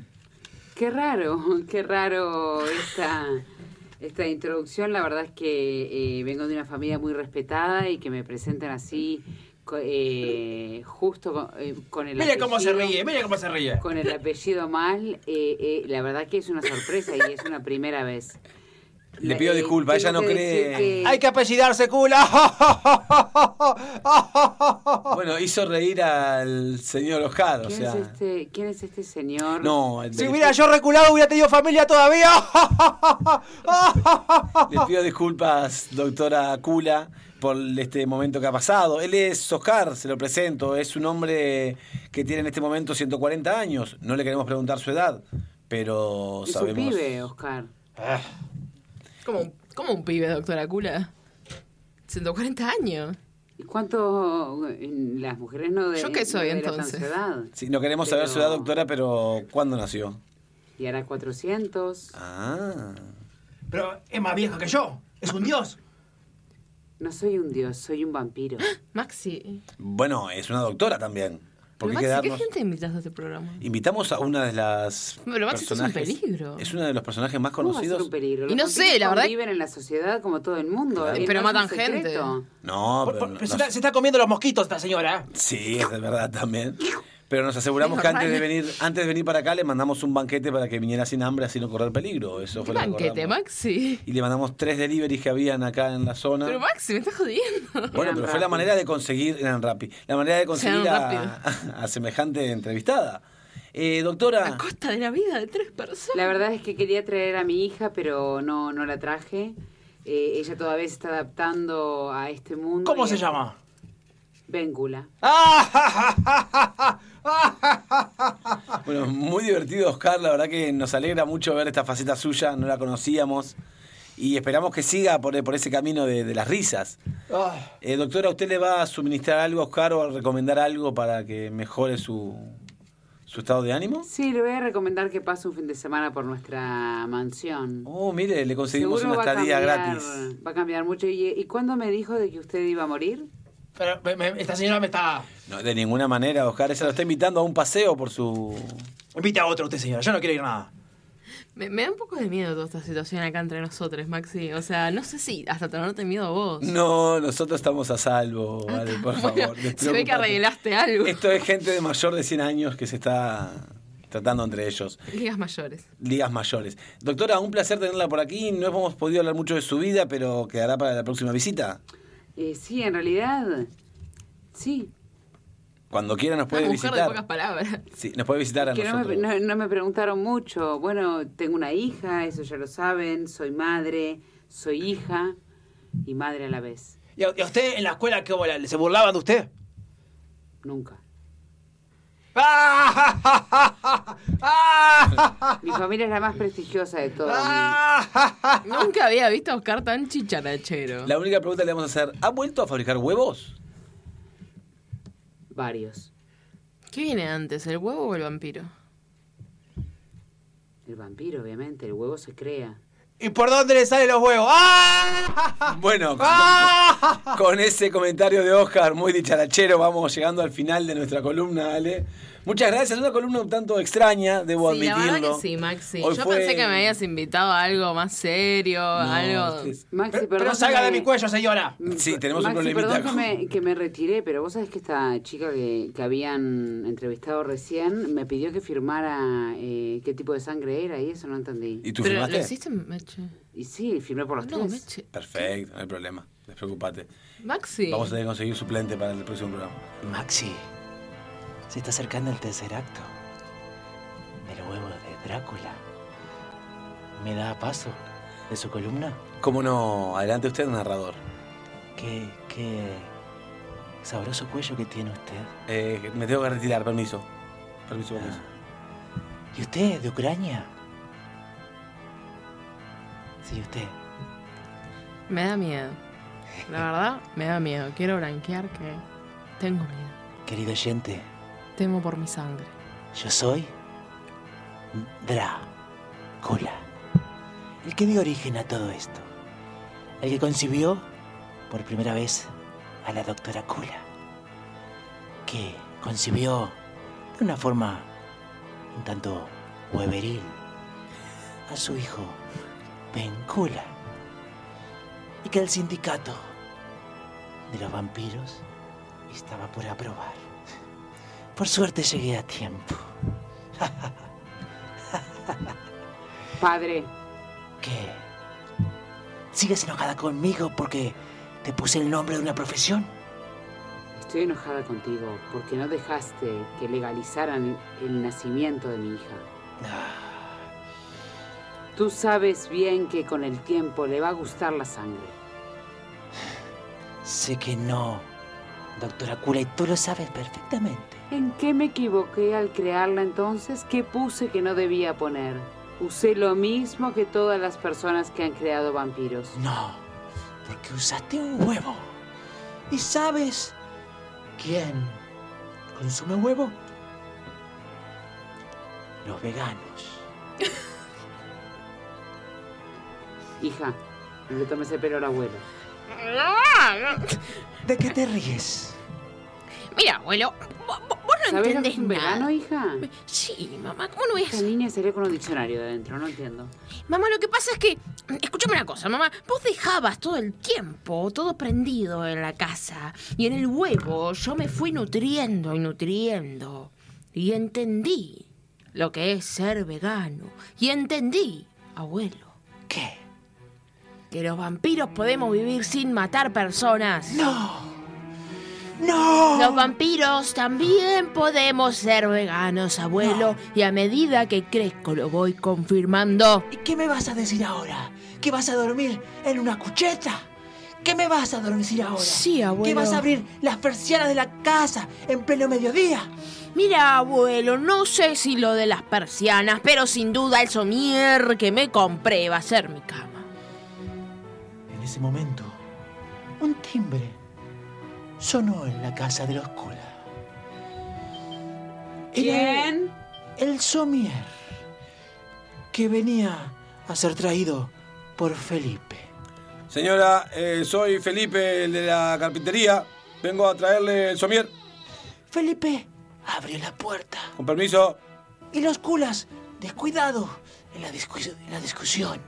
[SPEAKER 3] Qué raro, <laughs> qué raro esta, esta introducción. La verdad es que eh, vengo de una familia muy respetada y que me presentan así, co- eh, justo con, eh, con el
[SPEAKER 2] Mire cómo se
[SPEAKER 3] apellido-
[SPEAKER 2] ríe, mire cómo se ríe.
[SPEAKER 3] Con el apellido mal, eh, eh, la verdad que es una sorpresa y es una primera vez. Eh,
[SPEAKER 5] Le pido disculpas,
[SPEAKER 3] tengo
[SPEAKER 5] ella no
[SPEAKER 3] que
[SPEAKER 5] cree-
[SPEAKER 3] decir que-
[SPEAKER 2] Hay que apellidarse, <laughs> cula.
[SPEAKER 5] Bueno, hizo reír al señor Oscar, o
[SPEAKER 3] ¿quién,
[SPEAKER 5] sea.
[SPEAKER 3] es este, quién es este señor?
[SPEAKER 2] <laughs>
[SPEAKER 5] No, el-
[SPEAKER 2] Si mira, yo reculado hubiera tenido familia todavía.
[SPEAKER 5] le pido disculpas, doctora Cula, por este momento que ha pasado. Él es Oscar, se lo presento, es un hombre que tiene en este momento 140 años. No le queremos preguntar su edad, pero
[SPEAKER 3] es un
[SPEAKER 5] sabemos.
[SPEAKER 3] pibe, Oscar.
[SPEAKER 4] Como un, como un pibe, doctora Cula. 140 años.
[SPEAKER 3] ¿Y cuánto eh, las mujeres no de
[SPEAKER 4] ¿Yo qué soy,
[SPEAKER 3] no de la
[SPEAKER 4] entonces?
[SPEAKER 3] ansiedad?
[SPEAKER 5] Sí, no queremos saber su
[SPEAKER 3] Pero-
[SPEAKER 5] edad, doctora, pero ¿cuándo nació?
[SPEAKER 3] Y hará 400.
[SPEAKER 5] Ah.
[SPEAKER 2] Pero es más vieja que yo. Es un dios.
[SPEAKER 3] No soy un dios, soy un vampiro.
[SPEAKER 5] ¿Ah?
[SPEAKER 4] Maxi.
[SPEAKER 5] Bueno, es una doctora también. ¿Por
[SPEAKER 4] Pero
[SPEAKER 5] qué
[SPEAKER 4] Maxi,
[SPEAKER 5] quedarnos?
[SPEAKER 4] ¿qué gente invitas a este programa?
[SPEAKER 5] Invitamos a una de las
[SPEAKER 4] Pero Maxi, sos un
[SPEAKER 5] personajes.
[SPEAKER 4] peligro.
[SPEAKER 5] Es uno de los personajes más
[SPEAKER 3] ¿Cómo va a ser
[SPEAKER 5] conocidos.
[SPEAKER 3] un peligro?
[SPEAKER 4] Y no
[SPEAKER 3] Los
[SPEAKER 4] sé,
[SPEAKER 3] vampiros
[SPEAKER 4] la verdad-
[SPEAKER 3] Viven en la sociedad como todo el mundo.
[SPEAKER 5] Claro.
[SPEAKER 3] eh,
[SPEAKER 4] Pero
[SPEAKER 3] no es un
[SPEAKER 4] matan gente.
[SPEAKER 3] secreto.
[SPEAKER 5] No,
[SPEAKER 2] Por-
[SPEAKER 5] pero
[SPEAKER 2] por-
[SPEAKER 5] no-
[SPEAKER 2] se,
[SPEAKER 5] no-
[SPEAKER 2] está, se está comiendo los mosquitos esta señora. ¿eh?
[SPEAKER 5] Sí, es de verdad también. Pero nos aseguramos
[SPEAKER 13] Menos
[SPEAKER 5] que antes
[SPEAKER 13] mal.
[SPEAKER 5] de, venir, antes de venir para acá le mandamos un banquete para que viniera sin hambre, así no correr peligro. Eso fue lo que
[SPEAKER 4] Banquete,
[SPEAKER 5] acordamos.
[SPEAKER 4] Maxi.
[SPEAKER 5] Y le mandamos tres deliveries que habían acá en la zona.
[SPEAKER 4] Pero Maxi, me estás jodiendo.
[SPEAKER 5] Bueno, pero fue la manera de conseguir, eran Rappi, la manera de conseguir
[SPEAKER 4] Eran
[SPEAKER 5] a, a semejante entrevistada. Eh, doctora,
[SPEAKER 4] Costa de la vida de tres personas.
[SPEAKER 3] La verdad es que quería traer a mi hija, pero no, no la traje. Eh, ella todavía se está adaptando a este mundo.
[SPEAKER 6] ¿Cómo
[SPEAKER 3] y-
[SPEAKER 6] se llama?
[SPEAKER 3] Véncula.
[SPEAKER 5] Ah.
[SPEAKER 6] <laughs>
[SPEAKER 5] bueno, muy divertido Oscar, la verdad que nos alegra mucho ver esta faceta suya, no la conocíamos y esperamos que siga por, por ese camino de, de las risas.
[SPEAKER 6] Ah,
[SPEAKER 5] Eh, doctora, ¿usted le va a suministrar algo a Oscar o a recomendar algo para que mejore su, su estado de ánimo?
[SPEAKER 3] Sí, le voy a recomendar que pase un fin de semana por nuestra mansión.
[SPEAKER 5] Oh, mire, le conseguimos
[SPEAKER 3] Seguro
[SPEAKER 5] una
[SPEAKER 3] va a
[SPEAKER 5] estadía
[SPEAKER 3] cambiar-
[SPEAKER 5] gratis.
[SPEAKER 3] Va a cambiar mucho. ¿Y, ¿Y cuándo me dijo de que usted iba a morir?
[SPEAKER 6] Pero me- me- esta señora me está...
[SPEAKER 5] No, de ninguna manera, Oscar, se lo está invitando a un paseo por su...
[SPEAKER 6] Invite a otro usted, señora. Yo no quiero ir nada.
[SPEAKER 4] Me, me da un poco de miedo toda esta situación acá entre nosotros, Maxi. O sea, no sé si hasta tenerte miedo a vos.
[SPEAKER 5] No, nosotros estamos a salvo, vale, por
[SPEAKER 4] Bueno,
[SPEAKER 5] favor.
[SPEAKER 4] se ve que arreglaste algo.
[SPEAKER 5] Esto es gente de mayor de 100 años que se está tratando entre ellos.
[SPEAKER 4] Ligas mayores.
[SPEAKER 5] Ligas mayores. Doctora, un placer tenerla por aquí. No hemos podido hablar mucho de su vida, pero quedará para la próxima visita.
[SPEAKER 3] Eh, sí, en realidad. Sí.
[SPEAKER 5] Cuando quiera nos puede
[SPEAKER 3] Una mujer de
[SPEAKER 5] visitar.
[SPEAKER 3] pocas palabras.
[SPEAKER 5] Sí, nos puede visitar a
[SPEAKER 3] Que no
[SPEAKER 5] nosotros.
[SPEAKER 3] me, no- no me preguntaron mucho. Bueno, tengo una hija, eso ya lo saben. Soy madre, soy hija y madre a la vez.
[SPEAKER 6] ¿Y a, y a usted en la escuela qué bola? ¿Se burlaban de usted?
[SPEAKER 4] <laughs>
[SPEAKER 3] Nunca.
[SPEAKER 6] Mi
[SPEAKER 3] familia es la más prestigiosa de
[SPEAKER 4] <laughs>
[SPEAKER 3] todas.
[SPEAKER 4] Nunca había visto a Oscar tan chicharachero.
[SPEAKER 5] La única pregunta que le vamos a hacer, ¿ha vuelto a fabricar huevos?
[SPEAKER 3] Varios.
[SPEAKER 4] ¿Qué viene antes, el huevo o el vampiro?
[SPEAKER 3] El vampiro, obviamente, el huevo se crea.
[SPEAKER 6] ¿Y por dónde le salen los huevos? ¡Ah!
[SPEAKER 5] Bueno, con, con ese comentario de Oscar, muy dicharachero, vamos llegando al final de nuestra columna, Ale. Muchas gracias, una columna un tanto extraña, debo
[SPEAKER 4] Sí, la
[SPEAKER 5] admitirlo.
[SPEAKER 4] verdad que sí, Maxi.
[SPEAKER 5] Hoy
[SPEAKER 4] Yo
[SPEAKER 5] fue-
[SPEAKER 4] pensé que me habías invitado a algo más serio, algo...
[SPEAKER 3] Maxi,
[SPEAKER 4] Pero- pero
[SPEAKER 3] perdón que
[SPEAKER 4] salga de
[SPEAKER 3] me-
[SPEAKER 4] mi cuello, señora.
[SPEAKER 5] Sí, tenemos
[SPEAKER 3] Maxi,
[SPEAKER 5] un problemita.
[SPEAKER 3] perdón que
[SPEAKER 5] con-
[SPEAKER 3] me, que me retiré, pero vos sabés que esta chica que, que habían entrevistado recién me pidió que firmara eh, qué tipo de sangre era y eso no entendí.
[SPEAKER 5] ¿Y tú Pero, firmaste? ¿lo hiciste,
[SPEAKER 4] Meche?
[SPEAKER 3] Y sí, firmé por los
[SPEAKER 4] No,
[SPEAKER 3] tres.
[SPEAKER 4] Meche.
[SPEAKER 5] Perfecto, no hay problema, despreocupate.
[SPEAKER 4] Maxi.
[SPEAKER 5] Vamos a tener que conseguir suplente para el próximo programa.
[SPEAKER 6] Maxi, se está acercando el tercer acto del huevo de Drácula. ¿Me da paso de su columna?
[SPEAKER 5] ¿Cómo no? Adelante usted, narrador.
[SPEAKER 6] Qué, qué sabroso cuello que tiene usted.
[SPEAKER 5] Eh, me tengo que retirar, permiso. Permiso,
[SPEAKER 2] Ah.
[SPEAKER 5] permiso.
[SPEAKER 6] ¿Y usted, de Ucrania? Sí, usted.
[SPEAKER 4] Me da miedo. La verdad, me da miedo. Quiero blanquear que tengo miedo.
[SPEAKER 6] Querido oyente,
[SPEAKER 4] Temo por mi sangre.
[SPEAKER 6] yo soy Drácula. El que dio origen a todo esto. El que concibió por primera vez a la doctora Kula. Que concibió de una forma un tanto hueveril a su hijo Ben Kula. Y que el sindicato de los vampiros estaba por aprobar. Por suerte llegué a tiempo.
[SPEAKER 3] Padre,
[SPEAKER 6] ¿Qué? ¿Sigues enojada conmigo porque te puse el nombre de una profesión?
[SPEAKER 3] estoy enojada contigo porque no dejaste que legalizaran el nacimiento de mi hija.
[SPEAKER 8] Ah.
[SPEAKER 3] Tú sabes bien que con el tiempo le va a gustar la sangre.
[SPEAKER 6] Sé que no, doctora Kula, y tú lo sabes perfectamente.
[SPEAKER 3] ¿En qué me equivoqué al crearla entonces? ¿Qué puse que no debía poner? Usé lo mismo que todas las personas que han creado vampiros.
[SPEAKER 6] No, porque usaste un huevo. ¿Y sabes quién consume huevo? Los veganos.
[SPEAKER 3] Hija, no le tomes el pelo al abuelo.
[SPEAKER 6] ¿De qué te ríes?
[SPEAKER 8] Mira, abuelo, vo- vo- vos no
[SPEAKER 3] ¿Sabés lo que
[SPEAKER 8] entendés
[SPEAKER 3] es un
[SPEAKER 8] nada.
[SPEAKER 3] vegano, hija?
[SPEAKER 8] Sí, mamá, ¿cómo no voy a
[SPEAKER 3] Esta niña sería con un diccionario de adentro, no entiendo.
[SPEAKER 8] Mamá, lo que pasa es que. Escúchame una cosa, mamá. Vos dejabas todo el tiempo, todo prendido en la casa. Y en el huevo yo me fui nutriendo y nutriendo.
[SPEAKER 4] Y entendí lo que es ser vegano. Y entendí, abuelo. ¿Qué? Que los vampiros podemos vivir sin matar personas. ¡No! ¡No! Los vampiros también podemos ser veganos, abuelo. Y a medida que crezco lo voy confirmando.
[SPEAKER 6] ¿Y qué me vas a decir ahora? ¿Que vas a dormir en una cucheta? ¿Qué me vas a dormir ahora?
[SPEAKER 4] Sí, abuelo.
[SPEAKER 6] ¿Que vas a abrir las persianas de la casa en pleno mediodía?
[SPEAKER 4] Mira, abuelo, no sé si lo de las persianas, pero sin duda el somier que me compré va a ser mi cama.
[SPEAKER 6] En ese momento, un timbre sonó en la casa de los Kula. Era
[SPEAKER 3] ¿Quién?
[SPEAKER 6] El somier que venía a ser traído por Felipe.
[SPEAKER 5] Señora, eh, soy Felipe, el de la carpintería. Vengo a traerle el somier.
[SPEAKER 6] Felipe abrió la puerta
[SPEAKER 5] Con permiso.
[SPEAKER 6] y los culas, descuidado en la, discu- en la discusión,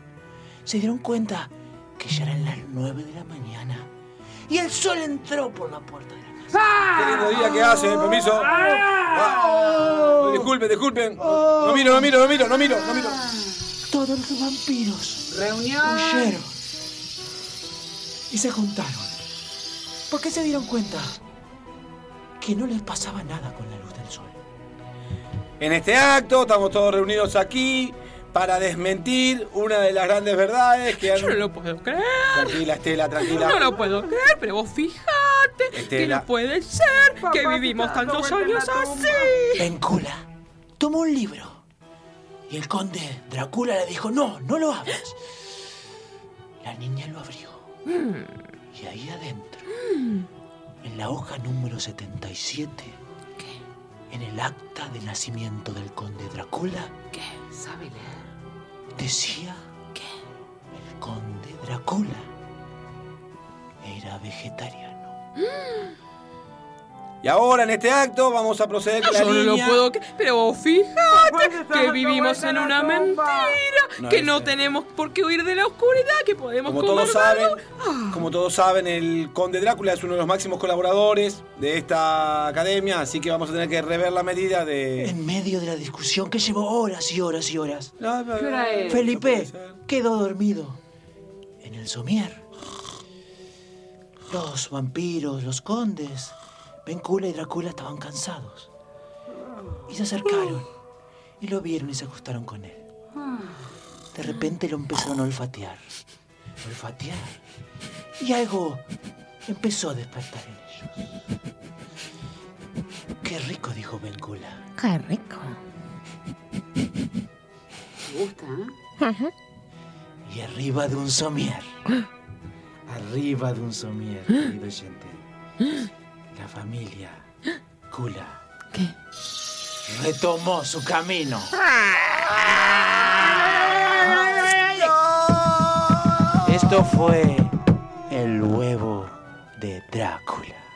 [SPEAKER 6] se dieron cuenta que ya eran las nueve de la mañana y el sol entró por la puerta de la
[SPEAKER 5] Qué lindo día que hace, permiso. Ah, disculpen, disculpen. No miro, no miro, no miro, no miro, no miro.
[SPEAKER 6] Todos los vampiros
[SPEAKER 3] Reunión.
[SPEAKER 6] huyeron y se juntaron. Porque se dieron cuenta que no les pasaba nada con la luz del sol.
[SPEAKER 5] En este acto estamos todos reunidos aquí para desmentir una de las grandes verdades que han...
[SPEAKER 2] Yo no lo puedo creer.
[SPEAKER 5] Tranquila, Estela, tranquila.
[SPEAKER 2] No lo puedo creer, pero vos fijate que
[SPEAKER 5] Estela.
[SPEAKER 2] no puede ser que vivimos tantos años así.
[SPEAKER 6] Bencula tomó un libro y el conde Drácula le dijo, no, no lo abras. La niña lo abrió. Y ahí adentro, en la hoja número 77, en el acta de nacimiento del conde Drácula,
[SPEAKER 3] ¿Qué? ¿Sabe leer?
[SPEAKER 6] decía
[SPEAKER 3] ¿Qué?
[SPEAKER 6] el conde Drácula era vegetariano.
[SPEAKER 5] Y ahora en este acto vamos a proceder con la
[SPEAKER 2] Yo no lo
[SPEAKER 5] niña.
[SPEAKER 2] puedo creer, pero vos fijate que vivimos en una mentira,
[SPEAKER 5] No,
[SPEAKER 2] que
[SPEAKER 5] no
[SPEAKER 2] no
[SPEAKER 5] sé.
[SPEAKER 2] tenemos por qué huir de la oscuridad, que podemos Ah.
[SPEAKER 5] Como
[SPEAKER 2] comer
[SPEAKER 5] todos saben,
[SPEAKER 2] algo.
[SPEAKER 5] como todos saben, el Conde Drácula es uno de los máximos colaboradores de esta academia, así que vamos a tener que rever la medida de.
[SPEAKER 6] En medio de la discusión que llevó horas y horas y horas,
[SPEAKER 5] No, no, no,
[SPEAKER 3] ¿Qué hora es?
[SPEAKER 5] puede
[SPEAKER 6] Felipe
[SPEAKER 5] ser.
[SPEAKER 6] quedó dormido en el somier. Los vampiros, los condes, Bencula y Drácula estaban cansados. Y se acercaron y lo vieron y se ajustaron con él. De repente lo empezaron a olfatear. Olfatear. Y algo empezó a despertar en ellos. Qué rico, dijo Bencula.
[SPEAKER 4] Qué rico.
[SPEAKER 3] Me gusta, ¿eh?
[SPEAKER 6] Y arriba de un somier. Arriba de un somier, querido oyente. La familia Kula
[SPEAKER 14] ¿Qué?
[SPEAKER 6] retomó su camino. Esto fue el huevo de Drácula.